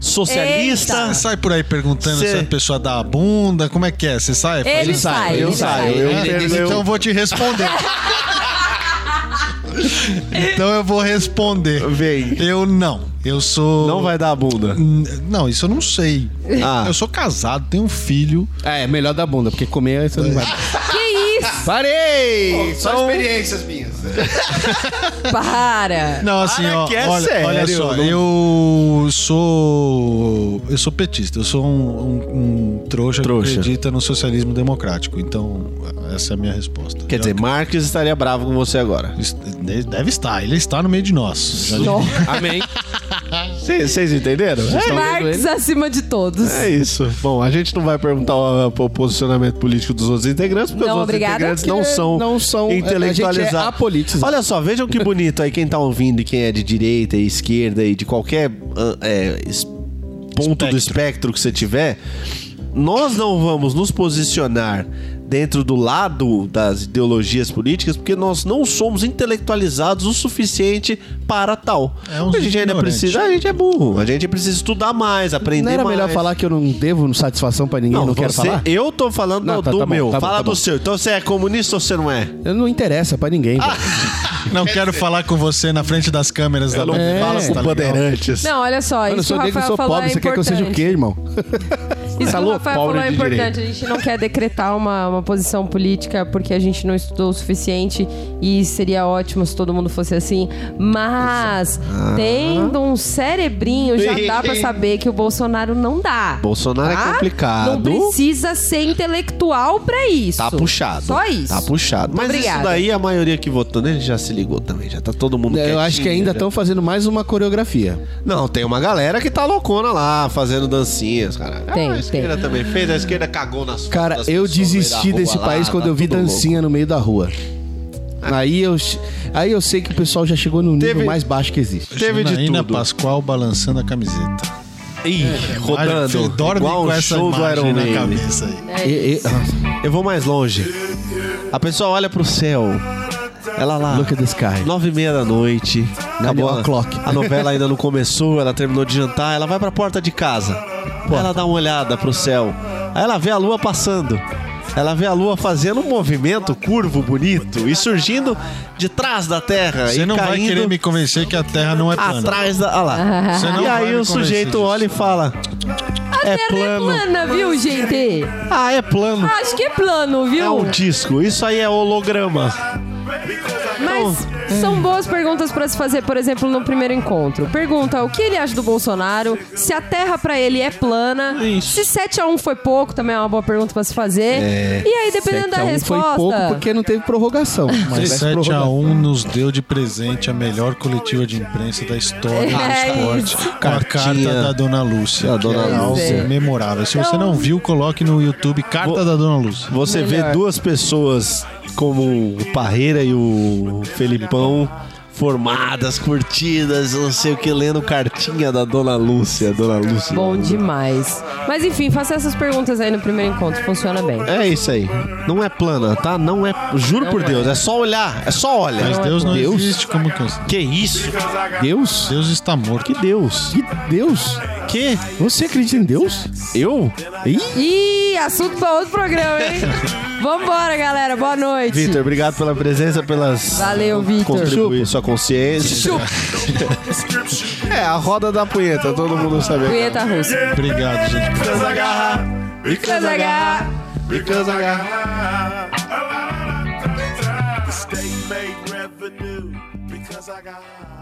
Socialista? Você Ah, sai por aí perguntando Ah. Cê- se a pessoa dá a bunda, como é que é? Você sai? Ele, sai, eu saio, ele sai. eu Ah, entendo, eu- Então eu vou te responder. então eu vou responder. Vem. Eu não. Eu sou. Não vai dar a bunda. N- Não, isso eu não sei. Ah. Eu sou casado, tenho um filho. É, melhor da bunda, porque comer você não Que vai. isso? Parei! Então, Só experiências minhas. Para! Não, assim, Para ó, que é olha, sério, olha só, não- eu sou. Eu sou petista, eu sou um, um, um trouxa, Trouxa. que acredita no socialismo democrático. Então, essa é a minha resposta. Quer dizer, Marques estaria bravo com você agora. dizer, deve estar, ele está no meio de nós. Já Não. Amém. Vocês vocês entenderam? Marx acima de todos. É isso. Bom, a gente não vai perguntar o, o posicionamento político dos outros integrantes, porque Não, os outros obrigada, integrantes não porque são, não são- a gente é intelectualizados. apolitizado. Olha só, vejam que bonito aí quem tá ouvindo e quem é de direita e esquerda e de qualquer ah, é, es- ponto do espectro que você tiver. Nós não vamos nos posicionar dentro do lado das ideologias políticas porque nós não somos intelectualizados o suficiente para tal. É uns a gente ainda ignorantes. precisa, a gente é burro, a gente precisa estudar mais, aprender Não era melhor mais. falar que eu não devo satisfação pra ninguém, não, quero você- falar? Eu tô falando Não, do, tá- do tá bom, meu. tá bom, Fala tá do bom. seu. Então você é comunista ou você não é? Eu Não interessa pra ninguém. Ah, Não quero falar com você na frente das câmeras da Não Lupe fala Balas, com tá ligado? bandeirantes. É. Não, olha só, Mano, eu isso que sou o negro, Rafael sou falou pobre, é você quer que eu importante. seja o quê, irmão? Isso que Tá o louco, Rafael falou pobre é de importante. A gente não quer decretar uma, uma posição política porque a gente não estudou o suficiente e seria ótimo se todo mundo fosse assim. Mas, Ah. tendo um cerebrinho, já dá pra saber que o Bolsonaro não dá. Bolsonaro é tá? complicado. Não precisa ser intelectual pra isso. Tá puxado. Só isso. Tá puxado. Mas Obrigada. isso daí a maioria que votou nele já se ligou também. Já tá todo mundo É, eu quietinho, acho que ainda já. estão fazendo mais uma coreografia. Não, tem uma galera que tá loucona lá, fazendo dancinhas, cara. Ah, Tem, a esquerda tem. também fez, a esquerda cagou nas Cara, fotos das eu pessoas no meio desisti da desse rua lá, país quando tá eu vi tudo louco. dancinha no meio da rua. Aí eu, aí eu sei que o pessoal já chegou no nível Teve- mais baixo que existe. Teve de Janaína tudo. Pascoal balançando a camiseta. É, Ih, rodando. Dorme igual com um essa show do Iron imagem na Maiden. cabeça aí. E- ah, e- Eu vou mais longe. A pessoa olha pro céu. Ela lá. Look at the sky. Nove e meia da noite. Acabou Nine a, o'clock. a novela ainda não começou, ela terminou de jantar, ela vai pra porta de casa. Aí Ela dá uma olhada pro céu. Aí ela vê a lua passando. Ela vê a lua fazendo um movimento curvo bonito e surgindo de trás da terra. Você É, e não vai caindo querer me convencer que a Terra não é plana. atrás da. Olha lá. Você não E vai aí me o sujeito convencer olha e fala: É plano. Plana, viu, gente? Ah, é plano. um Acho que é plano, viu? É um disco. Isso aí é holograma. Mas Mas são boas perguntas pra se fazer, por exemplo, no primeiro encontro. Pergunta o que ele acha do Bolsonaro, se a terra pra ele é plana, se 7 a 1 foi pouco, também é uma boa pergunta pra se fazer. e aí, dependendo da 7 É, a 1 resposta. Foi pouco porque não teve prorrogação. um. Mas Se tivesse 7x1 nos deu de presente a melhor coletiva de imprensa da história É do isso. esporte. Com a carta da Dona Lúcia. Da que Dona é algo Lúcia. memorável. Se Então você não viu, coloque no YouTube Carta da Dona Lúcia. Você vê Melhor. duas pessoas como o Parreira e o Felipão formadas, curtidas, não sei o que, lendo cartinha da Dona Lúcia. Dona Lúcia. Bom demais. Mas enfim, faça essas perguntas aí no primeiro encontro, funciona bem. É isso aí. Não é plana, tá? Não é. Juro por Deus, é só olhar. É só olha. Mas Deus não existe como que Que isso? Deus? Deus está morto. Que Deus? Que Deus? Que? Você acredita em Deus? Eu? Ih, Ih, assunto pra outro programa, hein? Vambora, galera. Boa noite. Vitor, obrigado pela presença, pelas. Valeu, Vitor. Contribuir sua consciência. Chupa, É, a roda da punheta, todo mundo sabe. punheta russa. Obrigado, gente. H. The state made revenue because I got high.